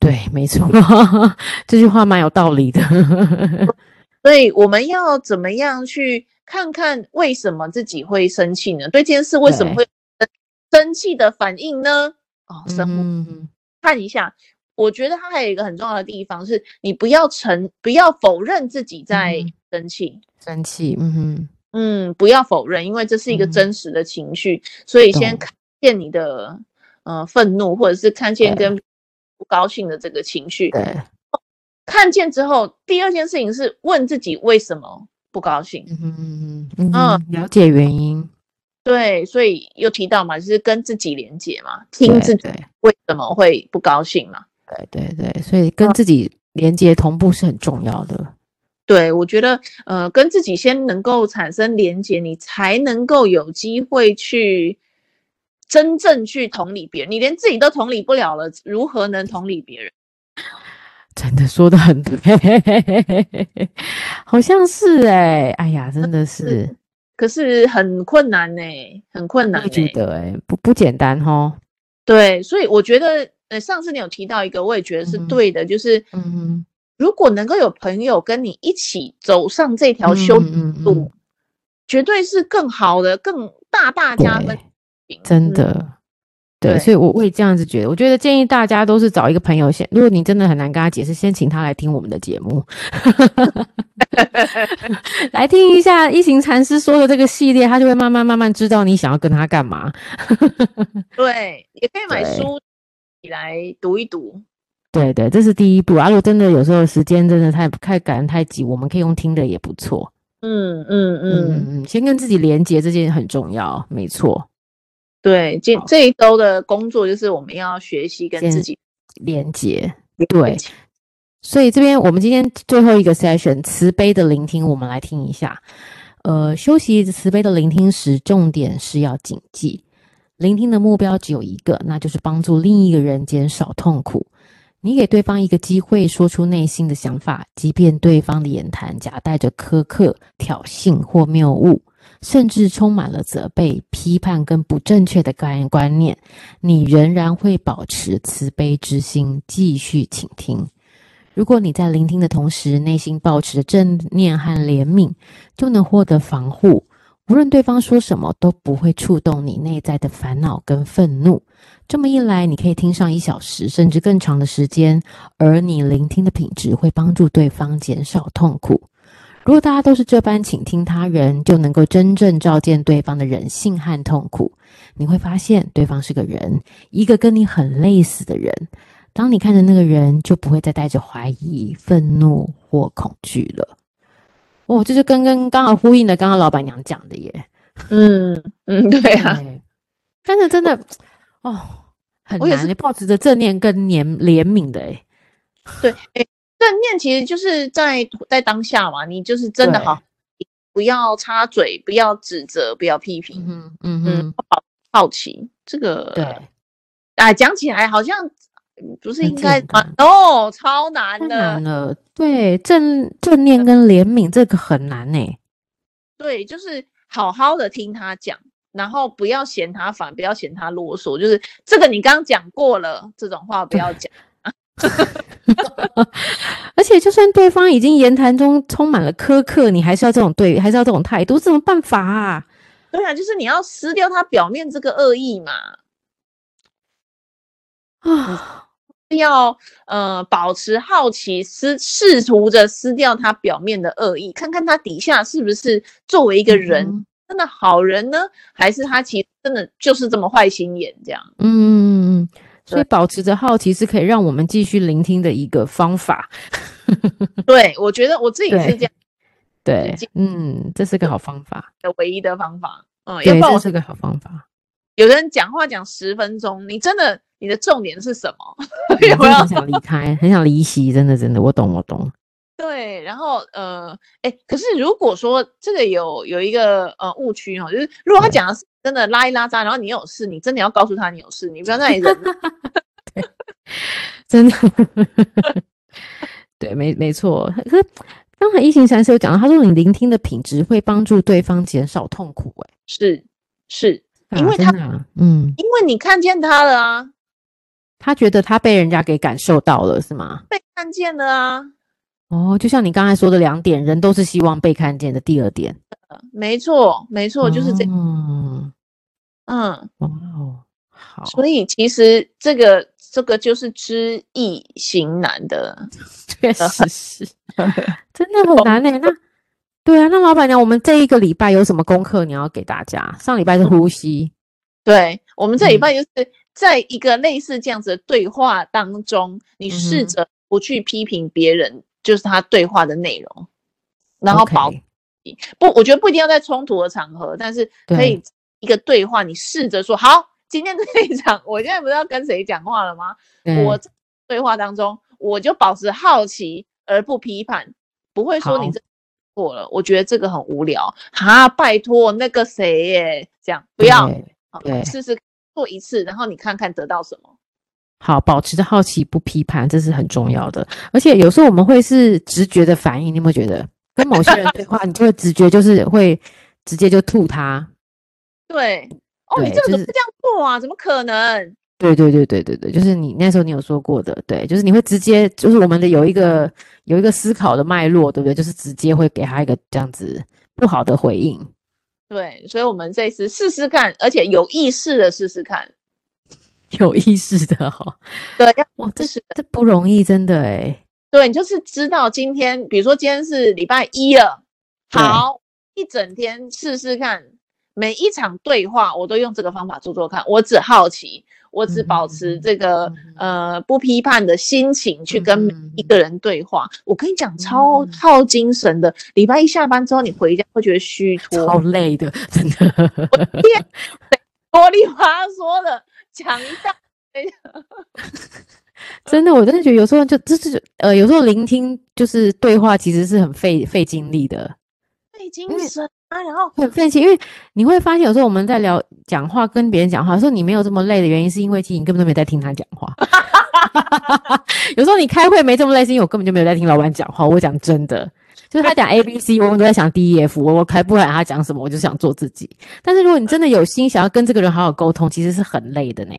[SPEAKER 1] 对，没错， <laughs> 这句话蛮有道理的，
[SPEAKER 2] 哦所以我们要怎么样去看看为什么自己会生气呢？对这件事为什么会生生气的反应呢？哦，深呼
[SPEAKER 1] 嗯哼
[SPEAKER 2] 看一下。我觉得它还有一个很重要的地方是，你不要承，不要否认自己在
[SPEAKER 1] 嗯
[SPEAKER 2] 生气，
[SPEAKER 1] 生气，嗯哼，
[SPEAKER 2] 嗯不要否认，因为这是一个
[SPEAKER 1] 嗯
[SPEAKER 2] 真实的情绪，所以先
[SPEAKER 1] 懂
[SPEAKER 2] 看见你的呃愤怒，或者是看见
[SPEAKER 1] 对
[SPEAKER 2] 跟不高兴的这个情绪，
[SPEAKER 1] 对，
[SPEAKER 2] 看见之后，第二件事情是问自己为什么不高兴。
[SPEAKER 1] 嗯哼嗯哼嗯哼，了解原因，
[SPEAKER 2] 对，所以又提到嘛，就是跟自己连接嘛，
[SPEAKER 1] 对
[SPEAKER 2] 听自己
[SPEAKER 1] 对
[SPEAKER 2] 为什么会不高兴嘛。
[SPEAKER 1] 对对对，所以跟自己连接同步是很重要的，
[SPEAKER 2] 对，我觉得，呃，跟自己先能够产生连接，你才能够有机会去真正去同理别人。你连自己都同理不了了，如何能同理别人？
[SPEAKER 1] 真的说的很对，好像是哎，哎呀，真的是，
[SPEAKER 2] 可是很困难呢、很困难
[SPEAKER 1] 我也
[SPEAKER 2] 呢、
[SPEAKER 1] 觉得哎，不不简单哦，
[SPEAKER 2] 对，所以我觉得，呃，上次你有提到一个，我也觉得是
[SPEAKER 1] 嗯哼
[SPEAKER 2] 对的，就是
[SPEAKER 1] 嗯哼，
[SPEAKER 2] 如果能够有朋友跟你一起走上这条修
[SPEAKER 1] 嗯嗯嗯
[SPEAKER 2] 路，
[SPEAKER 1] 嗯
[SPEAKER 2] 绝对是更好的、更大大加分
[SPEAKER 1] 对。真
[SPEAKER 2] 嗯
[SPEAKER 1] 的。对，
[SPEAKER 2] 对
[SPEAKER 1] 所以我我也这样子觉得。我觉得建议大家都是找一个朋友先，如果你真的很难跟他解释，先请他来听我们的节目， <laughs> 来听一下一行禅师说的这个系列，他就会慢慢慢慢知道你想要跟他干嘛。
[SPEAKER 2] 对，也可以买
[SPEAKER 1] 对
[SPEAKER 2] 书你来读一读。
[SPEAKER 1] 对对，这是第一步啊。如果真的有时候时间真的太太赶太急，我们可以用听的也不错。
[SPEAKER 2] 嗯嗯
[SPEAKER 1] 嗯
[SPEAKER 2] 嗯，
[SPEAKER 1] 嗯，先跟自己连接这件很重要，没错，
[SPEAKER 2] 对，这
[SPEAKER 1] 好
[SPEAKER 2] 这一周的工作就是我们要学习跟
[SPEAKER 1] 先
[SPEAKER 2] 自己
[SPEAKER 1] 连接。
[SPEAKER 2] 连
[SPEAKER 1] 对
[SPEAKER 2] 接，
[SPEAKER 1] 所以这边我们今天最后一个 session，慈悲的聆听，我们来听一下。呃，休息慈悲的聆听时，重点是要谨记，聆听的目标只有一个，那就是帮助另一个人减少痛苦。你给对方一个机会说出内心的想法，即便对方的言谈夹带着苛刻、挑衅或谬误，甚至充满了责备、批判跟不正确的概观念，你仍然会保持慈悲之心，继续倾听。如果你在聆听的同时，内心保持着正念和怜悯，就能获得防护。无论对方说什么，都不会触动你内在的烦恼跟愤怒。这么一来，你可以听上一小时甚至更长的时间，而你聆听的品质会帮助对方减少痛苦。如果大家都是这般倾听他人，就能够真正照见对方的人性和痛苦。你会发现，对方是个人，一个跟你很类似的人。当你看着那个人，就不会再带着怀疑、愤怒或恐惧了。哦，这就跟跟刚好呼应的刚刚老板娘讲的耶。
[SPEAKER 2] 嗯嗯，对啊，
[SPEAKER 1] 对，但是真的哦，很
[SPEAKER 2] 我也
[SPEAKER 1] 难。
[SPEAKER 2] 是
[SPEAKER 1] 你保持着正念跟怜怜悯的哎，
[SPEAKER 2] 对，哎，正念其实就是在在当下嘛，你就是真的
[SPEAKER 1] 对
[SPEAKER 2] 好，不要插嘴，不要指责，不要批
[SPEAKER 1] 嗯
[SPEAKER 2] 评，
[SPEAKER 1] 哼，嗯
[SPEAKER 2] 嗯
[SPEAKER 1] 哼，
[SPEAKER 2] 好奇这个
[SPEAKER 1] 对。uh，
[SPEAKER 2] 啊，讲起来好像嗯不是
[SPEAKER 1] 很
[SPEAKER 2] 应该
[SPEAKER 1] 简
[SPEAKER 2] 吗？哦，超难
[SPEAKER 1] 太
[SPEAKER 2] 的
[SPEAKER 1] 难，了，对正正念跟怜悯这个很难呢、
[SPEAKER 2] 对，就是好好的听他讲，然后不要嫌他烦，不要嫌他啰嗦，就是这个你刚刚讲过了，这种话不要讲。
[SPEAKER 1] 而且就算对方已经言谈中充满了苛刻，你还是要这种对，还是要这种态度，这种办法啊？
[SPEAKER 2] 对啊，就是你要撕掉他表面这个恶意嘛，
[SPEAKER 1] 啊，
[SPEAKER 2] 要呃保持好奇，撕试图着撕掉他表面的恶意，看看他底下是不是作为一个人、
[SPEAKER 1] 嗯
[SPEAKER 2] 真的好人呢，还是他其实真的就是这么坏心眼这样。 <laughs>
[SPEAKER 1] 嗯嗯嗯嗯，所以
[SPEAKER 2] 对
[SPEAKER 1] 保持着好奇是可以让我们继续聆听的一个方法。
[SPEAKER 2] 对，我觉得我自己是
[SPEAKER 1] 对
[SPEAKER 2] 这样
[SPEAKER 1] 对
[SPEAKER 2] 是，
[SPEAKER 1] 嗯，这是个好方法，
[SPEAKER 2] 的唯一的方法。嗯，要
[SPEAKER 1] 对，
[SPEAKER 2] 不然
[SPEAKER 1] 这
[SPEAKER 2] 我
[SPEAKER 1] 是个好方法。
[SPEAKER 2] <laughs> 有的人讲话讲十分钟，你真的你的重点是什么？ <laughs>
[SPEAKER 1] 我
[SPEAKER 2] 有
[SPEAKER 1] 真
[SPEAKER 2] 没
[SPEAKER 1] 的
[SPEAKER 2] 有
[SPEAKER 1] 很？想离开， <laughs> 很想离席，真的真的，我懂我懂。
[SPEAKER 2] 对，然后呃，哎，可是如果说这个有有一个呃误区哦，就是如果他
[SPEAKER 1] 对
[SPEAKER 2] 讲的是真的拉一拉渣，然后你有事，你真的要告诉他你有事，你不要在那里忍。
[SPEAKER 1] 真的， <laughs> 对，没没错。可是刚才一行禅师有讲到，他说你聆听的品质会帮助对方减少痛苦、
[SPEAKER 2] 是是，
[SPEAKER 1] 哎，
[SPEAKER 2] 因
[SPEAKER 1] 啊
[SPEAKER 2] 为
[SPEAKER 1] 真
[SPEAKER 2] 他
[SPEAKER 1] 的啊嗯，
[SPEAKER 2] 因为你看见他了啊，
[SPEAKER 1] 他觉得他被人家给感受到了，是吗？
[SPEAKER 2] 被看见了啊，
[SPEAKER 1] 哦，就像你刚才说的两点，人都是希望被看见的。第二点，
[SPEAKER 2] 没错没错，就是这，
[SPEAKER 1] 哦
[SPEAKER 2] 嗯。
[SPEAKER 1] 哇哦，好，
[SPEAKER 2] 所以其实这个这个就是知易行难的，
[SPEAKER 1] 确实
[SPEAKER 2] <laughs>
[SPEAKER 1] 是，真的很难呢、欸那对啊，那老板娘，我们这一个礼拜有什么功课你要给大家？上礼拜是呼吸，
[SPEAKER 2] 对我们这
[SPEAKER 1] 嗯
[SPEAKER 2] 礼拜就是在一个类似这样子的对话当中，你试
[SPEAKER 1] 嗯哼
[SPEAKER 2] 着不去批评别人，就是他对话的内容， <laughs> 然后
[SPEAKER 1] OK
[SPEAKER 2] 保不，我觉得不一定要在冲突的场合，但是可
[SPEAKER 1] 对
[SPEAKER 2] 以一个对话，你试着说好，今天这一场，我现在不是要跟谁讲话了吗？
[SPEAKER 1] 对
[SPEAKER 2] 我在对话当中，我就保持好奇而不批判，不会说
[SPEAKER 1] 好
[SPEAKER 2] 你这错了。我觉得这个很无聊哈，拜托那个谁耶，这样不要
[SPEAKER 1] 对
[SPEAKER 2] 好
[SPEAKER 1] 对
[SPEAKER 2] 试试做一次，然后你看看得到什么。
[SPEAKER 1] 好，保持着好奇不批判，这是很重要的。而且有时候我们会是直觉的反应，你有没有觉得？跟某些人对话，你就会直觉就是会直接就吐他。
[SPEAKER 2] 对，哦，你
[SPEAKER 1] 对
[SPEAKER 2] 这个
[SPEAKER 1] 就
[SPEAKER 2] 怎
[SPEAKER 1] 是
[SPEAKER 2] 么这样做啊？怎么可能？
[SPEAKER 1] 对对对对对对，就是你那时候你有说过的，对，就是你会直接就是我们的有一个有一个思考的脉络，对不对？就是直接会给他一个这样子不好的回应。 <laughs>
[SPEAKER 2] 对，所以我们这一次试试看，而且有意识的试试看。
[SPEAKER 1] 有意识的哈、哦，
[SPEAKER 2] 对，要
[SPEAKER 1] 哇，这
[SPEAKER 2] 是
[SPEAKER 1] 这不容易，真的欸诶。
[SPEAKER 2] 对你就是知道今天，比如说今天是礼拜一了，
[SPEAKER 1] 对
[SPEAKER 2] 好，一整天试试看，每一场对话我都用这个方法做做看，我只好奇，我只保持这个
[SPEAKER 1] 嗯
[SPEAKER 2] 呃不批判的心情去跟每
[SPEAKER 1] 嗯
[SPEAKER 2] 一个人对话。我跟你讲，超耗精神的。礼拜一下班之后，你回家会觉得虚脱。
[SPEAKER 1] 超累的，真的。 <laughs>
[SPEAKER 2] 啰里吧嗦的讲一大，
[SPEAKER 1] 真的，我真的觉得有时候就就是呃，有时候聆听就是对话，其实是很费费精力的，
[SPEAKER 2] 费精神啊，然后
[SPEAKER 1] 会很费劲。因为你会发现，有时候我们在聊讲话跟别人讲话，有时候你没有这么累的原因，是因为其实你根本都没在听他讲话。 <laughs> 有时候你开会没这么累，是因为我根本就没有在听老板讲话。我讲真的，就是他讲 A B C，我们都在想 D E F，我我才不管他讲什么，我就想做自己。但是如果你真的有心想要跟这个人好好沟通，其实是很累的呢。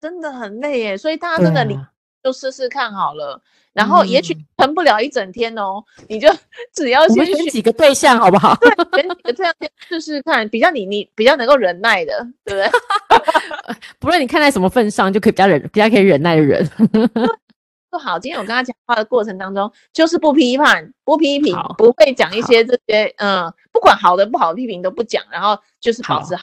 [SPEAKER 2] 真的很累耶，所以大家
[SPEAKER 1] 对
[SPEAKER 2] 真的你
[SPEAKER 1] 啊
[SPEAKER 2] 就试试看好了。然后也许
[SPEAKER 1] 嗯
[SPEAKER 2] 撑不了一整天哦，你就 <laughs> 只要
[SPEAKER 1] 我
[SPEAKER 2] 先
[SPEAKER 1] 们
[SPEAKER 2] 选
[SPEAKER 1] 选几个对象好不好？
[SPEAKER 2] 选几个这样先试试看，比较你你比较能够忍耐的，对不对？
[SPEAKER 1] 不论你看在什么份上，就可以比较忍，比较可以忍耐的人。
[SPEAKER 2] 说好，今天我跟他讲话的过程当中，就是不批判、不批评
[SPEAKER 1] 好，
[SPEAKER 2] 不会讲一
[SPEAKER 1] 好
[SPEAKER 2] 些这些，嗯，不管好的不好的批评都不讲，然后就是保持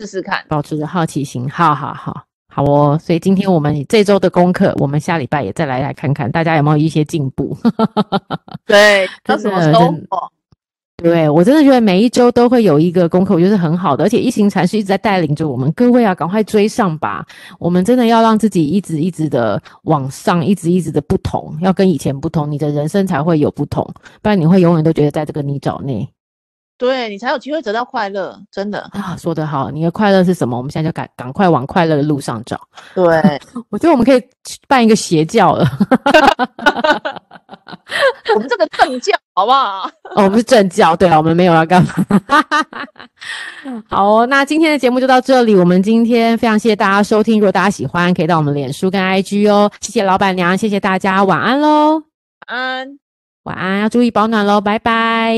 [SPEAKER 2] 试试看。
[SPEAKER 1] 保持着好奇心，好好好好哦。所以今天我们这周的功课，我们下礼拜也再来来看看大家有没有一些进步。 <laughs>
[SPEAKER 2] 对，有
[SPEAKER 1] 真
[SPEAKER 2] 什么
[SPEAKER 1] 的
[SPEAKER 2] 收
[SPEAKER 1] 真
[SPEAKER 2] 获？
[SPEAKER 1] 对我真的觉得每一周都会有一个功课，我觉得是很好的，而且一行禅师一直在带领着我们，各位啊，赶快追上吧！我们真的要让自己一直一直的往上，一直一直的不同，要跟以前不同，你的人生才会有不同，不然你会永远都觉得在这个泥沼内。
[SPEAKER 2] 对你才有机会得到快乐，真的。
[SPEAKER 1] 啊，说得好，你的快乐是什么？我们现在就赶赶快往快乐的路上找。
[SPEAKER 2] <laughs> 对，
[SPEAKER 1] 我觉得我们可以办一个邪教了，
[SPEAKER 2] 我们这个正教好不好？
[SPEAKER 1] <laughs> 哦，我们是正教，对啊，我们没有要干嘛。 <laughs> 好哦，那今天的节目就到这里。我们今天非常谢谢大家收听，如果大家喜欢，可以到我们脸书跟 IG 哦。谢谢老板娘，谢谢大家，晚安喽，
[SPEAKER 2] 安。
[SPEAKER 1] 晚安，要注意保暖喽，拜拜。